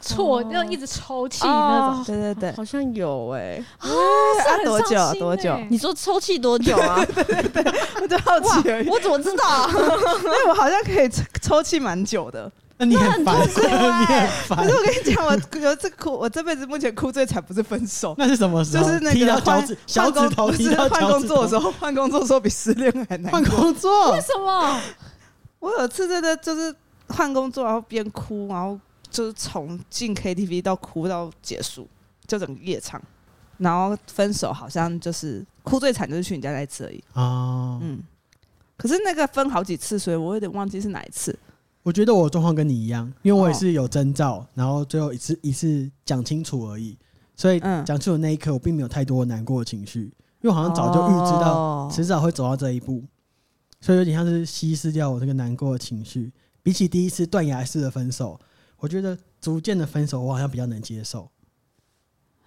Speaker 3: 错，要一直抽
Speaker 2: 哦
Speaker 3: 泣那种，
Speaker 2: 对对对，
Speaker 5: 好像有哎、
Speaker 3: 是
Speaker 2: 啊
Speaker 3: 很
Speaker 2: 多久
Speaker 3: 伤心
Speaker 2: 多久
Speaker 3: 欸
Speaker 5: 你说抽泣多久 (laughs) 啊？
Speaker 2: (laughs) 我就好
Speaker 5: 哇
Speaker 2: 奇而已，。
Speaker 5: 我怎么知道啊？
Speaker 2: 那我好像可以抽抽泣蛮久的。
Speaker 4: 那你很烦， (laughs) 你很
Speaker 2: 可
Speaker 4: 烦
Speaker 2: 是。我跟你讲，我有这哭，我这辈子目前哭最惨不是分手。
Speaker 4: (laughs) 那是什么时候？
Speaker 2: 就是那
Speaker 4: 踢
Speaker 2: 个
Speaker 4: 到脚
Speaker 2: 换
Speaker 4: 趾，小
Speaker 2: 换
Speaker 4: 指
Speaker 2: 工
Speaker 4: 头
Speaker 2: 不
Speaker 4: 踢
Speaker 2: 是
Speaker 4: 到
Speaker 2: 换
Speaker 4: 脚
Speaker 2: 工
Speaker 4: 趾
Speaker 2: 作
Speaker 4: 头
Speaker 2: 的时候，换工作的时候比失恋还难。
Speaker 4: 换工作
Speaker 3: 为，什么？
Speaker 2: 我有次真的就是换工作，然后边哭，然后就是从进 KTV 到哭到结束，就整个夜场。然后分手好像就是哭最惨就是去你家那一次而已。
Speaker 4: 啊！
Speaker 2: 嗯，可是那个分好几次，所以我有点忘记是哪一
Speaker 4: (laughs)
Speaker 2: 次。
Speaker 4: 我觉得我状况跟你一样，因为我也是有征兆，然后最后一次一次讲清楚而已，所以
Speaker 2: 嗯
Speaker 4: 讲清楚那一刻，我并没有太多难过的情绪，因为我好像早就预知到
Speaker 2: 哦
Speaker 4: 迟早会走到这一步，所以有点像是稀释掉我这个难过的情绪。比起第一次断崖式的分手，我觉得逐渐的分手，我好像比较能接受。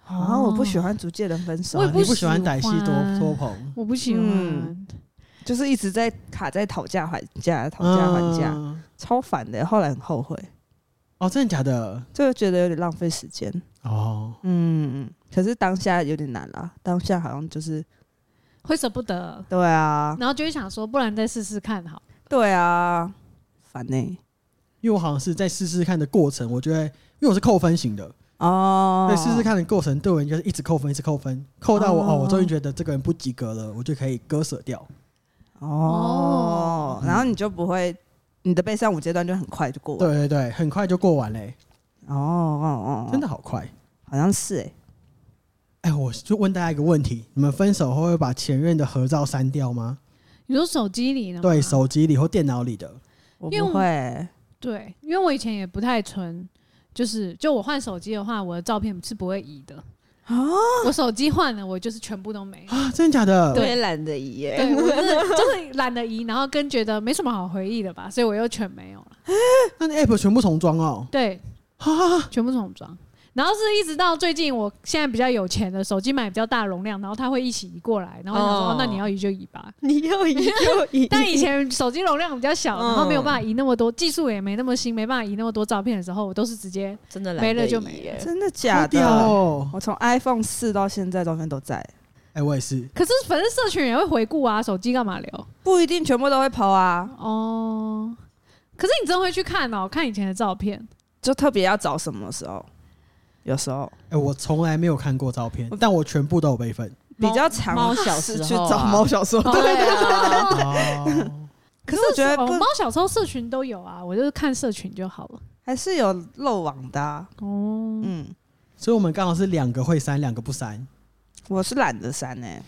Speaker 2: 啊，我不喜欢逐渐的分手
Speaker 3: 我也
Speaker 4: 啊
Speaker 2: 啊，
Speaker 3: 不
Speaker 4: 你嗯不喜欢
Speaker 3: 喜
Speaker 4: 歹戏多
Speaker 3: 欢
Speaker 4: 多捧，
Speaker 3: 我不喜欢，
Speaker 2: 嗯就是一直在卡在讨价还价、讨价还价，
Speaker 4: 嗯
Speaker 2: 超烦的。后来很后悔，
Speaker 4: 哦，真的假的？
Speaker 2: 就觉得有点浪费时间。
Speaker 4: 哦，
Speaker 2: 嗯，可是当下有点难啦，当下好像就是
Speaker 3: 会舍不得，
Speaker 2: 对啊，
Speaker 3: 然后就会想说，不然再试试看好。
Speaker 2: 对啊，烦欸呢、
Speaker 4: 因为我好像是在试试看的过程，我觉得，因为我是扣分型的，
Speaker 2: 哦，
Speaker 4: 对，试试看的过程对我就是一直扣分，一直扣分，扣到我
Speaker 2: 哦
Speaker 4: 哦，我终于觉得这个人不及格了，我就可以割舍掉。
Speaker 2: 哦
Speaker 3: 哦，
Speaker 2: 然后你就不会，你的备上五阶段就很快就过
Speaker 4: 对
Speaker 2: 了。
Speaker 4: 对对，很快就过完嘞，
Speaker 2: 哦哦哦，
Speaker 4: 真的好快。
Speaker 2: 好像是哎、
Speaker 4: 哎，我就问大家一个问题：你们分手后会把前任的合照删掉吗？
Speaker 3: 你说手机里
Speaker 2: 啊
Speaker 3: 呢？
Speaker 4: 对，手机里或电脑里的，
Speaker 2: 我
Speaker 3: 因为
Speaker 2: 不会、欸，
Speaker 3: 对，因为我以前也不太存，就是就我换手机的话，我的照片是不会移的。我手机换了，我就是全部都没。
Speaker 4: 啊，真的假的？
Speaker 5: 我也懒得移耶、
Speaker 3: 对，我就是就是懒得移，然后跟觉得没什么好回忆的吧，所以我又全没有了。
Speaker 4: 那你 app 全部重装哦。
Speaker 3: 对，全部重装。然后是一直到最近，我现在比较有钱了，手机买比较大容量，然后它会一起移过来，然后我想说、
Speaker 5: 哦
Speaker 3: 哦那你要移就移吧。
Speaker 5: 你又移又移
Speaker 3: 但以前手机容量比较小，然后没有办法移那么多，技术也没那么新，没办法移那么多照片的时候，我都是直接
Speaker 5: 真的懒
Speaker 3: 没
Speaker 5: 得
Speaker 3: 了就
Speaker 5: 移
Speaker 3: 没
Speaker 5: 耶
Speaker 2: 真的
Speaker 4: 好
Speaker 2: 假的？
Speaker 4: 屌哦！
Speaker 2: 我从 iPhone 四到现在照片都在，
Speaker 4: 哎，我也是。
Speaker 3: 可是反正社群也会回顾啊，手机干嘛留？
Speaker 2: 不一定全部都会抛啊，
Speaker 3: 哦，可是你真会去看哦，看以前的照片，
Speaker 2: 就特别要找什么时候，有时候
Speaker 4: 哎，我从来没有看过照片，但我全部都有备份。
Speaker 2: 比较常
Speaker 5: 猫小
Speaker 2: 是
Speaker 5: 时
Speaker 2: 去
Speaker 5: 候啊
Speaker 2: 找猫小时候，哦对。
Speaker 3: (laughs)
Speaker 5: 啊，
Speaker 4: 哦，
Speaker 2: 可是我觉得
Speaker 3: 哦
Speaker 2: 不
Speaker 3: 猫小时候社群都有啊，我就是看社群就好了。
Speaker 2: 还是有漏网的啊、
Speaker 3: 哦，
Speaker 2: 嗯，
Speaker 4: (laughs) 所以我们刚好是两个会删，两个不删。
Speaker 2: 我是懒得删哎、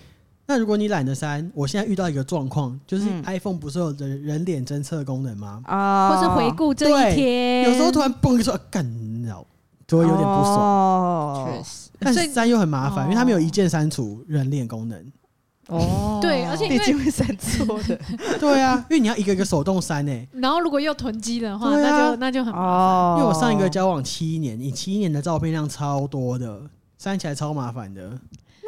Speaker 4: 那如果你懒得删，我现在遇到一个状况，就是
Speaker 2: 嗯
Speaker 4: iPhone 不是有人人脸侦测功能吗？
Speaker 2: 啊，
Speaker 3: 或是回顾这一
Speaker 4: 对
Speaker 2: 哎
Speaker 3: 天，
Speaker 4: 有时候突然蹦一个说啊干扰，就会有点不爽。
Speaker 2: 哦
Speaker 5: 确实，
Speaker 4: 但
Speaker 3: 所以
Speaker 4: 删又很麻烦，因为它没有
Speaker 3: 哦
Speaker 4: 一键删除人脸功能。
Speaker 5: 哦
Speaker 3: 对而且因为
Speaker 2: 毕竟会删错的
Speaker 4: 对啊，因为你要一个一个手动删诶、
Speaker 3: 然后如果又囤积的话，
Speaker 4: 对啊
Speaker 3: 那就那就很麻
Speaker 2: 哦
Speaker 4: 因为我上一个交往七年，你七年的照片量超多的，删起来超麻烦的。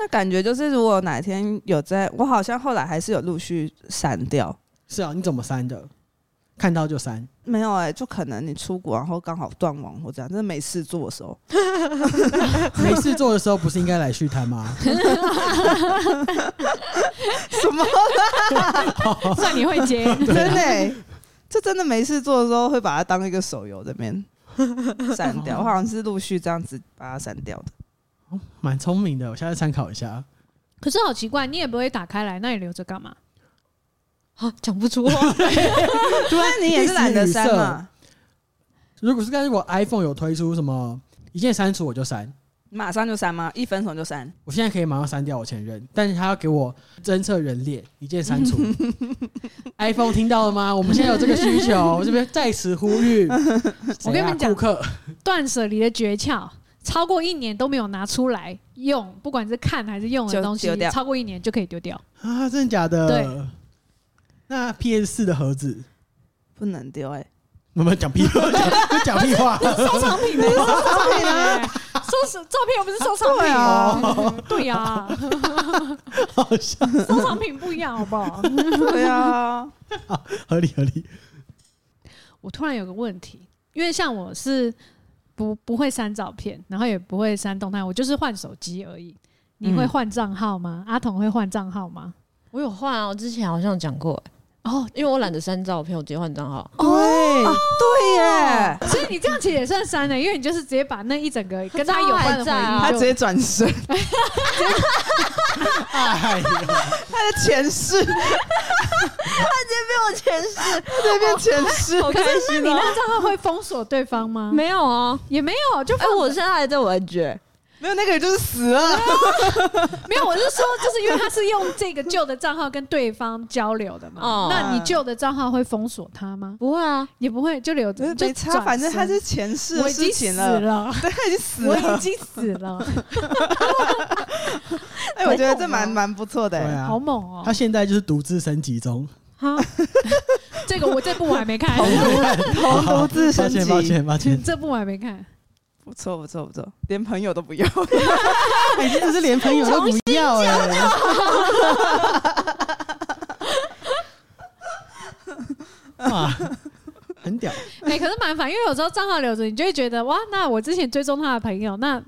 Speaker 2: 那感觉就是，如果哪天有在，我好像后来还是有陆续删掉。
Speaker 4: 是啊，你怎么删的？看到
Speaker 2: (laughs)
Speaker 4: 就删，
Speaker 2: 没有哎、就可能你出国，然后刚好断网或这样，真的没事做的时候，
Speaker 4: 没事做的时候不是应该来续摊吗？
Speaker 2: (laughs) 什么
Speaker 4: 啊
Speaker 2: 哦
Speaker 3: 烦，算你会接。
Speaker 2: 真的欸、 (laughs) 就真的没事做的时候会把它当一个手游这边删掉。 (laughs) 我好像是陆续这样子把它删掉的。
Speaker 4: 蛮聪明的，我下次参考一下。
Speaker 3: 可是好奇怪，你也不会打开来，那你留着干嘛？
Speaker 5: 啊，讲不出话，
Speaker 2: 那啊你也是懒得删嘛？
Speaker 4: 如果是看如果 iPhone 有推出什么一键删除，我就删。
Speaker 2: 你马上就删吗？一分手就删？
Speaker 4: 我现在可以马上删掉我前任，但是他要给我侦测人脸一键删除。iPhone 听到了吗？我们现在有这个需求，我这边在此呼吁。啊
Speaker 3: 我跟你们讲
Speaker 4: 顾客
Speaker 3: 断舍离的诀窍，超过一年都没有拿出来用，不管是看还是用的
Speaker 2: 就
Speaker 3: 东西
Speaker 2: 丢，掉
Speaker 3: 超过一年就可以丢掉。
Speaker 4: 啊，真的假的？
Speaker 3: 对。
Speaker 4: 那 PS 四的盒子，
Speaker 2: 不能丢哎、
Speaker 4: 我们讲屁话，讲屁话。
Speaker 3: 收藏品的，收藏品啊的，收拾照片又不是收藏品哦。对呀，
Speaker 4: 好笑，
Speaker 3: 收藏品不一样，好不好？
Speaker 2: 对 (laughs) 啊，
Speaker 4: 合理合理。
Speaker 3: 我突然有个问题，因为像我是不不会删照片，然后也不会删动态，我就是换手机而已。你会
Speaker 2: 嗯
Speaker 3: 换账号吗？阿童会换账号吗？
Speaker 5: (laughs) 我有换啊，我之前好像讲过，
Speaker 3: 哦，
Speaker 5: 因为我懒得删照片，我直接换账号。
Speaker 4: 对，
Speaker 2: 哦对耶，
Speaker 3: 所以你这样其实也算删了，因为你就是直接把那一整个跟他有关的
Speaker 5: 账号还在啊
Speaker 2: 他
Speaker 3: 回忆
Speaker 2: 直
Speaker 3: 就
Speaker 2: 接转身，
Speaker 4: 哎呀，
Speaker 2: 他的前世，他
Speaker 5: 我前世
Speaker 2: 这边前世，
Speaker 5: 好开
Speaker 3: 可是那
Speaker 5: 心
Speaker 3: 你
Speaker 5: 啊！
Speaker 3: 那账号会封锁对方吗？
Speaker 5: 没有啊，
Speaker 3: 也没有，就
Speaker 5: 哎
Speaker 3: 放，
Speaker 5: 我现在还在玩绝，
Speaker 2: 没有那个人就是死了。
Speaker 3: 没有，我是说，就是因为他是用这个旧的账号跟对方交流的嘛。
Speaker 5: 哦
Speaker 3: 那你旧的账号会封锁他吗？
Speaker 5: 不会啊，
Speaker 3: 也不会，就留着，就
Speaker 2: 呃没差，
Speaker 3: 转
Speaker 2: 反正他是
Speaker 3: 身
Speaker 2: 前世
Speaker 3: 我
Speaker 2: 的
Speaker 3: 已经
Speaker 2: 事
Speaker 3: 死
Speaker 2: 情了，
Speaker 3: 了，
Speaker 2: 对，啊他已经死
Speaker 3: 我已
Speaker 2: 了。
Speaker 3: 经死
Speaker 2: (laughs)
Speaker 3: 了，
Speaker 2: 哎，我觉得这蛮蛮不错的、
Speaker 4: 对
Speaker 2: 欸，
Speaker 4: 啊
Speaker 3: 好，猛哦
Speaker 4: 他！现在就是独自升级中，
Speaker 3: 哈， (laughs) 这个我这部我还没看，
Speaker 2: 同独自升级，
Speaker 4: 抱歉抱歉抱
Speaker 3: (laughs)
Speaker 4: 歉，
Speaker 3: 这部我还没看，
Speaker 2: 不错不错不错，连朋友都
Speaker 4: (laughs)
Speaker 2: 不要，
Speaker 4: 哎，真的是连朋友都不要哎。 (laughs) 哇，很屌，
Speaker 3: 哎，可是蛮烦，因为有时候账号留着，你就会觉得哇，那我之前追踪他的朋友，那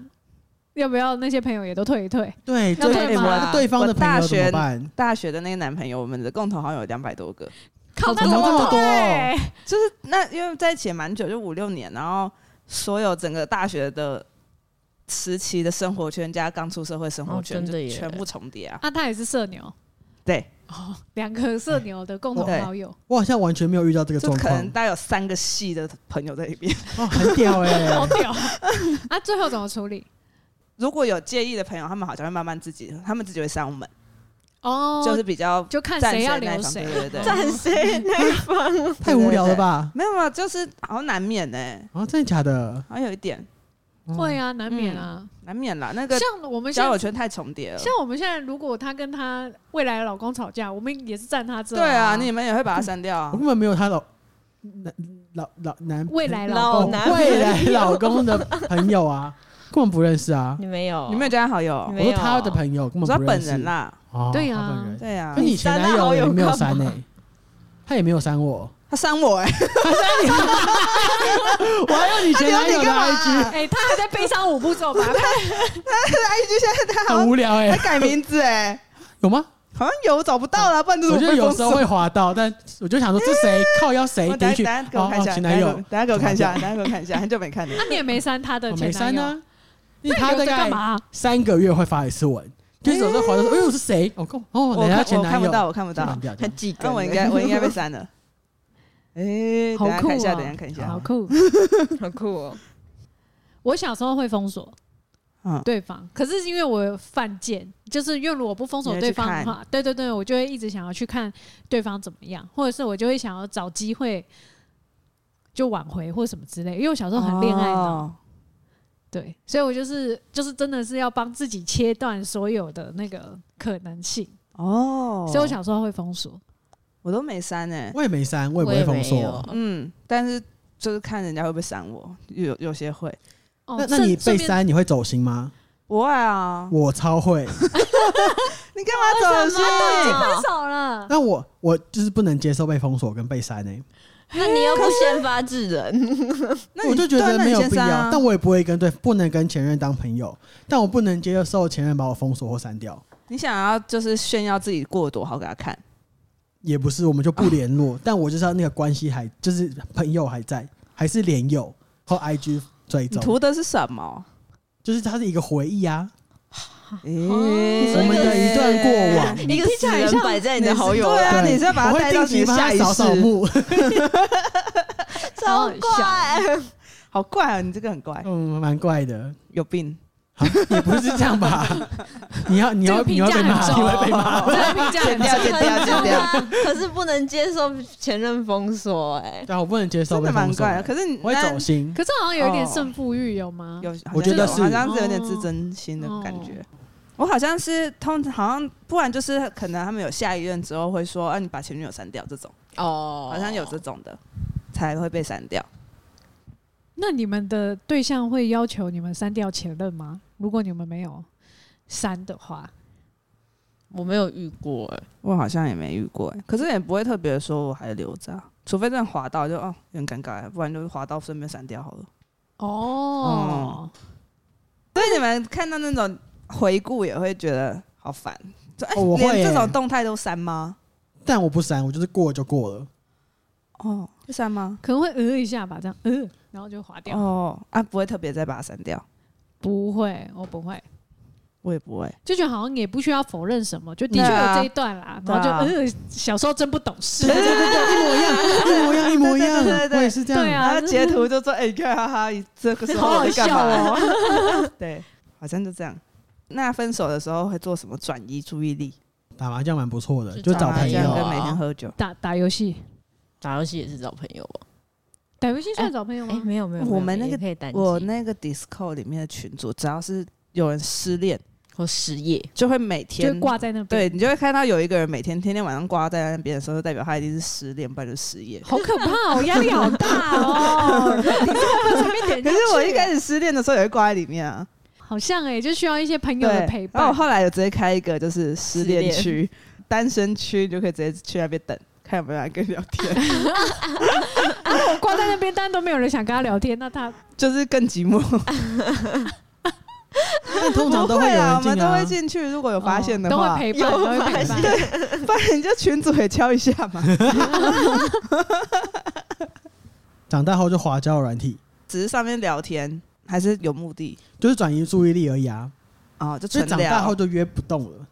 Speaker 3: 要不要那些朋友也都退一退？
Speaker 4: 对，对
Speaker 3: 退吗
Speaker 4: 那对方的朋友怎么办？
Speaker 2: 大学的那个男朋友，我们的共同好友有两百多个，
Speaker 3: 靠，那怎
Speaker 4: 怎么这
Speaker 3: 么
Speaker 4: 么多
Speaker 3: 退？
Speaker 2: 就是那因为在一起也蛮久，就五六年，然后所有整个大学的时期的生活圈加刚出社会生活
Speaker 5: 哦
Speaker 2: 圈，
Speaker 5: 真的
Speaker 2: 就
Speaker 5: 耶
Speaker 2: 全部重叠啊。
Speaker 3: 啊，他也是社牛，
Speaker 2: 对，
Speaker 3: 哦，两个社牛的共同
Speaker 2: 对
Speaker 3: 好友，
Speaker 4: 我好像完全没有遇到这个
Speaker 2: 就
Speaker 4: 状
Speaker 2: 可能
Speaker 4: (laughs) 况，
Speaker 2: 大概有三个系的朋友在里边。
Speaker 4: 哦，很屌
Speaker 3: 好
Speaker 4: (laughs) 哎。
Speaker 2: (laughs)
Speaker 3: 屌啊！最后怎么处理？
Speaker 2: 如果有介意的朋友，他们好像会慢慢自己，他们自己会删我们，
Speaker 3: 哦，
Speaker 2: 就是比较
Speaker 3: 就看
Speaker 2: 站
Speaker 3: 谁要
Speaker 2: 那一
Speaker 3: 留
Speaker 2: 方
Speaker 3: 谁，
Speaker 2: 对对对。
Speaker 5: 站谁那一方？
Speaker 4: 太无聊了吧？
Speaker 2: 没有啊，就是好像难免呢、
Speaker 4: 啊，真的假的？
Speaker 2: 好像有一点
Speaker 3: 会啊，难免啊。
Speaker 2: 难免啦。嗯那个
Speaker 3: 像我们现
Speaker 2: 交友
Speaker 3: 在，
Speaker 2: 圈太重叠了。
Speaker 3: 像我们现在，如果她跟她未来的老公吵架，我们也是站她这。
Speaker 2: 对啊，你们也会把它删掉啊
Speaker 4: 我。哦根本没有她老男老老男哦
Speaker 3: 未来老
Speaker 5: 老
Speaker 3: 公
Speaker 5: 公男
Speaker 4: 未来老公的朋友啊， (laughs) 根本不认识啊。
Speaker 5: 你没有，
Speaker 2: 你没有加他好友？
Speaker 5: 你
Speaker 4: 我
Speaker 5: 没有
Speaker 4: 说他的朋友根
Speaker 2: 我
Speaker 4: 本
Speaker 2: 说
Speaker 4: 不
Speaker 2: 本
Speaker 4: 认识
Speaker 2: 人。啦，
Speaker 4: 哦，
Speaker 3: 对
Speaker 4: 他
Speaker 3: 啊
Speaker 4: 本人。
Speaker 2: 对啊
Speaker 4: 可，你前男友也没有删
Speaker 5: 你删他好友干
Speaker 4: 呢，他也没有删
Speaker 2: (laughs)
Speaker 4: 我，
Speaker 2: 他删我哎，
Speaker 4: 我还有你前男友
Speaker 2: 你
Speaker 4: 的
Speaker 2: 干嘛
Speaker 4: IG，
Speaker 2: 啊？
Speaker 3: 哎，他还在悲伤五步
Speaker 2: (laughs)
Speaker 3: 骤吧？
Speaker 4: (laughs) 很无聊
Speaker 2: 他
Speaker 4: 哎，
Speaker 2: 改名字哎，
Speaker 4: 有
Speaker 2: (laughs)
Speaker 4: 吗？
Speaker 2: 好像有找不到了，不然就是
Speaker 4: 我觉得
Speaker 2: 被
Speaker 4: 有
Speaker 2: 封
Speaker 4: 时候
Speaker 2: (laughs) 锁。
Speaker 4: 会滑到，但我就想说这
Speaker 2: (laughs)
Speaker 4: 谁靠腰谁
Speaker 2: 我等
Speaker 4: 点
Speaker 2: 下
Speaker 4: 去
Speaker 2: 等下给我
Speaker 4: 哦
Speaker 2: 看一
Speaker 4: 哦
Speaker 2: 下，
Speaker 4: 前男友
Speaker 2: 等下给我看一下，等下给我看一下，很久没看了
Speaker 3: 那。你也没删她的啊
Speaker 4: 我哦
Speaker 2: 哦
Speaker 4: 没
Speaker 3: 前男
Speaker 4: 删
Speaker 3: 友，
Speaker 2: 啊
Speaker 4: 呢，因为他
Speaker 3: 留
Speaker 4: 大
Speaker 3: 着干
Speaker 4: 概
Speaker 3: 嘛？啊
Speaker 4: 三个月会发一次文，就是有时候滑到说哎呦是谁？哦靠哦，
Speaker 2: 嗯我
Speaker 4: 人家
Speaker 2: 看
Speaker 4: 前
Speaker 2: 我
Speaker 4: 男
Speaker 2: 看不
Speaker 4: 友
Speaker 2: 到，我看不到
Speaker 4: 很。屌这
Speaker 5: 他
Speaker 4: 样
Speaker 5: 记梗
Speaker 2: 那
Speaker 5: (laughs) 欸，
Speaker 2: 我应
Speaker 4: (laughs)
Speaker 2: 该我应该被删了。哎，等下
Speaker 3: 好酷
Speaker 2: 看一下，
Speaker 3: 啊
Speaker 2: 等下看一下
Speaker 3: 好。酷！
Speaker 5: 好酷哦。
Speaker 3: 我小时候会封锁
Speaker 2: 嗯，
Speaker 3: 对方，可是因为我有犯贱，就是因为如果不封锁
Speaker 2: 你会
Speaker 3: 对
Speaker 2: 去
Speaker 3: 方的
Speaker 2: 看
Speaker 3: 话，对对对，我就会一直想要去看对方怎么样，或者是我就会想要找机
Speaker 4: 啊
Speaker 3: 会就挽回或什么之类。因为我小时候很恋爱脑，
Speaker 2: 哦
Speaker 3: 对，所以我就是就是真的是要帮自己切断所有的那个可能性，
Speaker 2: 哦，
Speaker 3: 所以我小时候会封锁。
Speaker 2: 我都没删哎、
Speaker 4: 我也没删， (laughs) 我也不
Speaker 5: 我
Speaker 4: 会
Speaker 5: 也
Speaker 4: 封
Speaker 5: 没
Speaker 4: 锁
Speaker 5: 有。
Speaker 2: 嗯，但是就是看人家会不会删我，有有些会，
Speaker 3: 哦
Speaker 4: 那那你
Speaker 3: 顺
Speaker 4: 被
Speaker 3: 顺便
Speaker 4: 删你会走心吗？
Speaker 2: 不会啊，
Speaker 4: 我
Speaker 3: (laughs)
Speaker 4: 超会。
Speaker 2: 你干嘛走心？
Speaker 3: 分手了，
Speaker 4: 那我我就是不能接受被封锁跟被删欸诶、
Speaker 5: 那你又不先发制人，
Speaker 2: 那你
Speaker 4: 我就觉得没有必
Speaker 2: 对啊那你
Speaker 4: 要。
Speaker 2: 先删啊
Speaker 4: 但我也不会跟对，不能跟前任当朋友，但我不能接受前任把我封锁或删掉，
Speaker 2: 你想要就是炫耀自己过得多好给他看，
Speaker 4: 也不是我们就不联
Speaker 2: (laughs)
Speaker 4: 络。但我就是要那个关系还就是朋友还在，还是连友或 IG 追
Speaker 2: 你
Speaker 4: 踪，
Speaker 2: 图的是什么？
Speaker 4: 就是它是一个回忆啊。
Speaker 2: 咦
Speaker 4: 我们的一段过往
Speaker 5: 一个死人摆在你的好友
Speaker 2: 对
Speaker 5: 栏，
Speaker 2: 啊，
Speaker 4: 对
Speaker 2: 你是要把
Speaker 4: 我
Speaker 2: 它
Speaker 4: 会
Speaker 2: 带到
Speaker 4: 定
Speaker 2: 你
Speaker 4: 期
Speaker 2: 的
Speaker 4: 帮
Speaker 2: 下
Speaker 4: 他
Speaker 2: 一
Speaker 4: 扫
Speaker 2: 世，
Speaker 4: 扫
Speaker 2: (laughs)
Speaker 4: 墓。
Speaker 5: 超怪。
Speaker 2: 好怪啊！你这个很怪，
Speaker 4: 嗯，蛮怪的，
Speaker 2: 有病。
Speaker 4: 也不是这样吧？你要你
Speaker 3: 这
Speaker 4: 要
Speaker 3: 个
Speaker 4: 你
Speaker 3: 评
Speaker 4: 要
Speaker 3: 价
Speaker 4: 被骂，
Speaker 3: 很
Speaker 4: 你
Speaker 3: 重
Speaker 4: 会被骂。
Speaker 3: 哦，这个评价
Speaker 2: (laughs)
Speaker 3: 很
Speaker 2: 剪掉剪
Speaker 3: 重
Speaker 2: 掉剪掉
Speaker 5: 可是不能接受前任封锁，哎，
Speaker 4: 啊但我不能接受
Speaker 2: 真
Speaker 4: 被
Speaker 2: 的蛮
Speaker 4: 封锁
Speaker 2: 怪的。啊可是你
Speaker 4: 我会走
Speaker 2: 那
Speaker 4: 心。
Speaker 3: 可是好像有一点胜负欲，有吗？
Speaker 2: 有，
Speaker 4: 我觉得
Speaker 2: 好像有
Speaker 4: 是
Speaker 2: 好像是有点自尊心的感觉。我好像是通常好像不然就是可能他们有下一任之后会说，啊，你把前女友删掉这种，
Speaker 5: 哦
Speaker 2: 好像有这种的才会被删掉。
Speaker 3: 那你们的对象会要求你们删掉前任吗？如果你们没有删的话，
Speaker 5: 我没有遇过，哎，
Speaker 2: 我好像也没遇过、欸，可是也不会特别说我还留着啊、除非真的滑到就哦有点尴尬、欸，不然就是滑到顺便删掉好了。
Speaker 3: 哦，
Speaker 2: 所以你们看到那种回顾也会觉得好烦，说哎、
Speaker 4: 哦我会
Speaker 2: 连这
Speaker 4: 欸
Speaker 2: 种动态都删吗？
Speaker 4: 但我不删，我就是过了就过了。
Speaker 2: 哦，会删吗？
Speaker 3: 可能会呃一下吧，这样呃，然后就划掉。
Speaker 2: 哦啊，不会特别再把它删掉，
Speaker 3: 不会，我不会，
Speaker 2: 我也不会。
Speaker 3: 就觉得好像也不需要否认什么，就的
Speaker 2: 对
Speaker 3: 确
Speaker 2: 啊
Speaker 3: 有这一段啦，
Speaker 2: 对
Speaker 3: 然后就
Speaker 2: 啊
Speaker 3: 呃，小时候真不懂事，
Speaker 2: 对对
Speaker 4: 一模一样，一模一样，
Speaker 2: 对对对对对
Speaker 4: 我也是这样。
Speaker 3: 对啊
Speaker 2: 然后截图就说：“哎、你看，哈哈，你这个时候
Speaker 3: 好好
Speaker 2: 我在干
Speaker 3: 笑
Speaker 2: 嘛？”
Speaker 3: 哦。
Speaker 2: (laughs) 对，好像就这样。那分手的时候会做什么转移注意力？
Speaker 4: 打麻将蛮不错的，
Speaker 5: 是
Speaker 4: 就
Speaker 5: 打
Speaker 4: 找
Speaker 5: 麻
Speaker 4: 朋
Speaker 5: 将
Speaker 4: 友
Speaker 5: 啊
Speaker 2: 跟每天喝酒。
Speaker 3: 打打游戏，
Speaker 5: 打游戏也是找朋友哦吧？
Speaker 3: 打游戏算找朋友
Speaker 2: 哎
Speaker 3: 吗？
Speaker 5: 哎没有没
Speaker 2: 有我们那个也
Speaker 5: 可以单
Speaker 2: 我那个 Discord 里面的群组，只要是有人失恋，
Speaker 5: 我失业，
Speaker 2: 就会每
Speaker 3: 就
Speaker 2: 天
Speaker 3: 挂在那边，
Speaker 2: 对你就会看到有一个人每天天天晚上挂在那边的时候，就代表他一定是失恋，不然就失业。
Speaker 3: 好可怕哦，压力好大哦。你这么随便点
Speaker 2: (laughs) 可
Speaker 3: 进
Speaker 2: 是
Speaker 3: 去
Speaker 2: 我一开始失恋的时候也会挂在里面啊，
Speaker 3: 好像哎，就需要一些朋友的陪
Speaker 2: 对。然后我
Speaker 3: 伴。
Speaker 2: 后来有直接开一个就是失恋
Speaker 5: 失
Speaker 2: 区、单身区，你就可以直接去那边等，看有没有人跟你聊天， (laughs)
Speaker 3: 我 (laughs) 挂在那边，但都没有人想跟他聊天，那他
Speaker 2: 就是更寂 (laughs) 寞。
Speaker 4: 但通常都会有
Speaker 2: 啊，哦
Speaker 4: 人
Speaker 2: 我们
Speaker 4: 进
Speaker 2: 啊都
Speaker 4: 啊
Speaker 2: 会。进去，如果有发现的
Speaker 3: 哦都
Speaker 2: 话，
Speaker 3: 会陪伴，都会陪伴。
Speaker 2: 不然 (laughs) 你就群主也敲一下嘛。
Speaker 4: 长大后就滑交友软体，
Speaker 2: (laughs) 只是上面聊天还是有目的
Speaker 4: 就是转移注意力而已啊。
Speaker 2: 啊，就
Speaker 4: 所以
Speaker 2: 纯
Speaker 4: 长
Speaker 2: 聊。
Speaker 4: 大后就约不动了。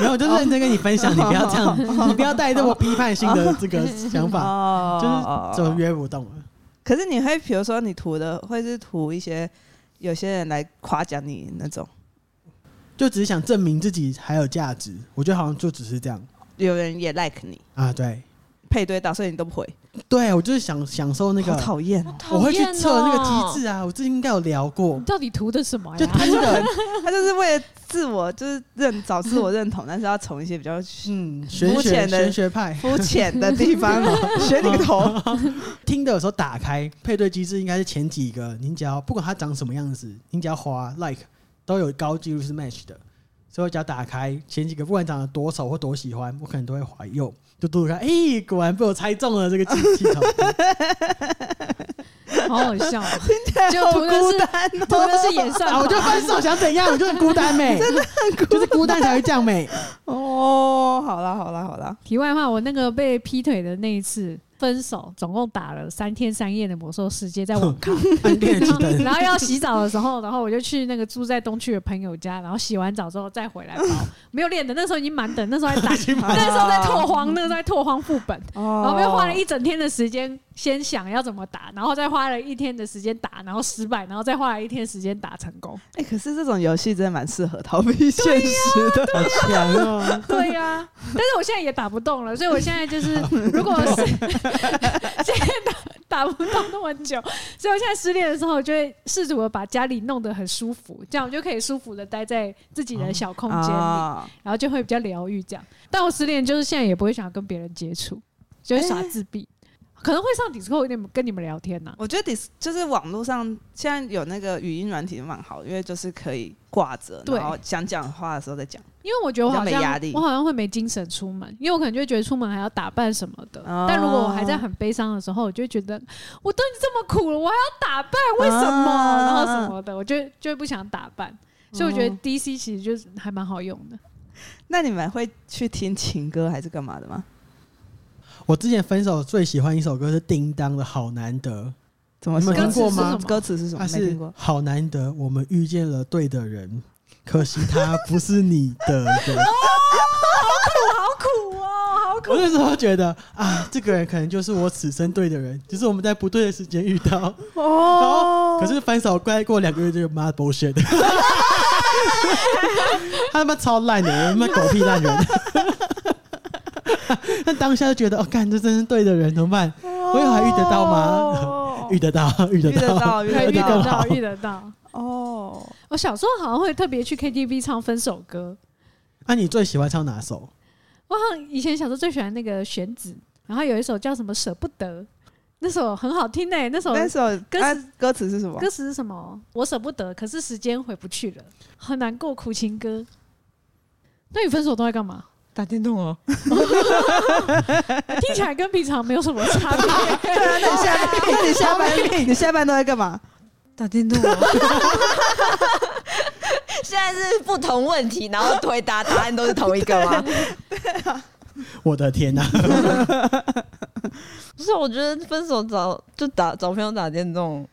Speaker 4: 没有，就是认真跟你分享，你不要这样，你不要带这么批判性的这个想法，
Speaker 2: 哦
Speaker 4: 就是就约不动了。
Speaker 2: 可是你会，比如说你涂的会是涂一些有些人来夸奖你那种，
Speaker 4: 就只是想证明自己还有价值，我觉得好像就只是这样
Speaker 2: 有人也 like 你，
Speaker 4: 啊。对，
Speaker 2: 配对到，所以你都不回，
Speaker 4: 对我就是想享受那
Speaker 2: 那
Speaker 4: 个，
Speaker 2: 讨厌哦。
Speaker 4: 我会去测那个机制啊。我之前应该有聊过
Speaker 3: 你，到底图的什么
Speaker 4: 就
Speaker 3: 哎呀？
Speaker 4: 他那个
Speaker 2: 他就是为了自我，就是认找自我认同，但是要从一些比较
Speaker 4: 嗯玄
Speaker 2: 肤
Speaker 4: 学
Speaker 2: 浅的
Speaker 4: 玄学派，
Speaker 2: 肤浅的地方 (laughs) 哦学你个 (laughs) 头。
Speaker 4: 听的时候打开配对机制，应该是前几个，您只要不管它长什么样子，您只要滑 like 都有高几率是 match 的。所以我只要打开前几个，不管长得多丑或多喜欢，我可能都会怀右，就嘟嘟看，哎、果然被我猜中了这个技技巧。
Speaker 3: 好好笑哦，就
Speaker 2: 好
Speaker 3: 图的
Speaker 2: 孤
Speaker 3: 是
Speaker 2: 单
Speaker 3: 图
Speaker 2: 哦，
Speaker 3: 的是演算
Speaker 4: 啊，
Speaker 3: (laughs) 法
Speaker 4: 我。就分手，想怎样？我就很孤单妹，真的很孤，就是孤单才会这样妹。
Speaker 2: (laughs) 哦，好啦好啦好啦，
Speaker 3: 题外话，我那个被劈腿的那一次分手，总共打了三天三夜的魔兽世界，在网咖。
Speaker 4: 暗恋的气灯，
Speaker 3: 然后要洗澡的时候，然后我就去那个住在东区的朋友家，然后洗完澡之后再回来包，没有练的，那时候已经满等，那时候还打，
Speaker 4: 已经满
Speaker 3: 那时候在拓荒，那时候在拓荒副本，
Speaker 2: 哦
Speaker 3: 然后又花了一整天的时间先想要怎么打，然后再花了一天的时间打，然后失败，然后再花了一天时间打成功。
Speaker 2: 哎、可是这种游戏真的蛮适合逃避现实的。
Speaker 4: 好强哦！
Speaker 3: 对呀、 (laughs) 但是我现在也打不动了，所以我现在就是，如果是现在打打不动那么久，所以我现在失恋的时候，我就会试图的把家里弄得很舒服，这样我就可以舒服的待在自己的小空间里，
Speaker 2: 啊，
Speaker 3: 然后就会比较疗愈。这样，但我失恋就是现在也不会想要跟别人接触，就会耍自闭，可能会上 Discord 跟你们跟你们聊天呐、
Speaker 2: 我觉得 dis 就是网络上现在有那个语音软体蛮好，因为就是可以挂着，
Speaker 3: 对
Speaker 2: 然后想讲话的时候再讲。
Speaker 3: 因为我觉得我好
Speaker 2: 比较没压
Speaker 3: 像
Speaker 2: 力
Speaker 3: 我好像会没精神出门，因为我可能就会觉得出门还要打扮什么的。
Speaker 2: 哦
Speaker 3: 但如果我还在很悲伤的时候，我就会觉得我都已经这么苦了，我还要打扮，为什么？
Speaker 2: 啊
Speaker 3: 然后什么的，我就就会不想打扮。
Speaker 2: 哦
Speaker 3: 所以我觉得 DC 其实就是还蛮好用的。
Speaker 2: 那你们会去听情歌还是干嘛的吗？
Speaker 4: 我之前分手最喜欢一首歌是叮当的《好难得
Speaker 2: 怎么说
Speaker 4: 你们
Speaker 3: 听过吗
Speaker 2: 歌词是》，什么？
Speaker 4: 它
Speaker 2: 没
Speaker 4: 是
Speaker 2: 听过。
Speaker 4: 好难得，我们遇见了对的人，可惜他不是你的人。
Speaker 3: 苦哦，好
Speaker 4: 我那时候觉得啊，这个人可能就是我此生对的人，只是我们在不对的时间遇到。
Speaker 2: 哦
Speaker 4: 可是分手快过两个月就妈 bullshit，他他妈超烂的，他妈狗屁烂人。但当下就觉得，哦，干，这真是对的人，怎么办？我以后还遇得到吗？遇得到，遇得
Speaker 2: 哦遇得到，遇
Speaker 4: (laughs)
Speaker 3: 可以
Speaker 2: 得
Speaker 3: 遇得
Speaker 4: 更
Speaker 2: 到。
Speaker 4: 好
Speaker 3: 到，遇得到。 (laughs)
Speaker 2: 哦，
Speaker 3: 我小时候好像会特别去 KTV 唱分手歌，
Speaker 4: 那、啊你最喜欢唱哪首？
Speaker 3: 我好像以前小时候最喜欢那个玄子，然后有一首叫什么舍不得，那首很好听呢、欸那首
Speaker 2: 那首
Speaker 3: 歌
Speaker 2: 啊
Speaker 3: 词
Speaker 2: 歌词是什么？
Speaker 3: 歌词是什么？我舍不得，可是时间回不去了，好难过，苦情歌。那你分手都在干
Speaker 4: (laughs)
Speaker 3: 嘛？
Speaker 2: 打电动哦。
Speaker 3: 听起来跟平常没有什么差
Speaker 4: (laughs)
Speaker 3: 别。
Speaker 2: 对啊，那你下半 (laughs) 那你下半你下半都在干嘛？
Speaker 6: 打电动、
Speaker 2: 哦
Speaker 5: (laughs) 现在是不同问题，然后回答答案都是同一个吗？
Speaker 4: 我的天哪、
Speaker 5: 不是，我觉得分手找就打找朋友打电动，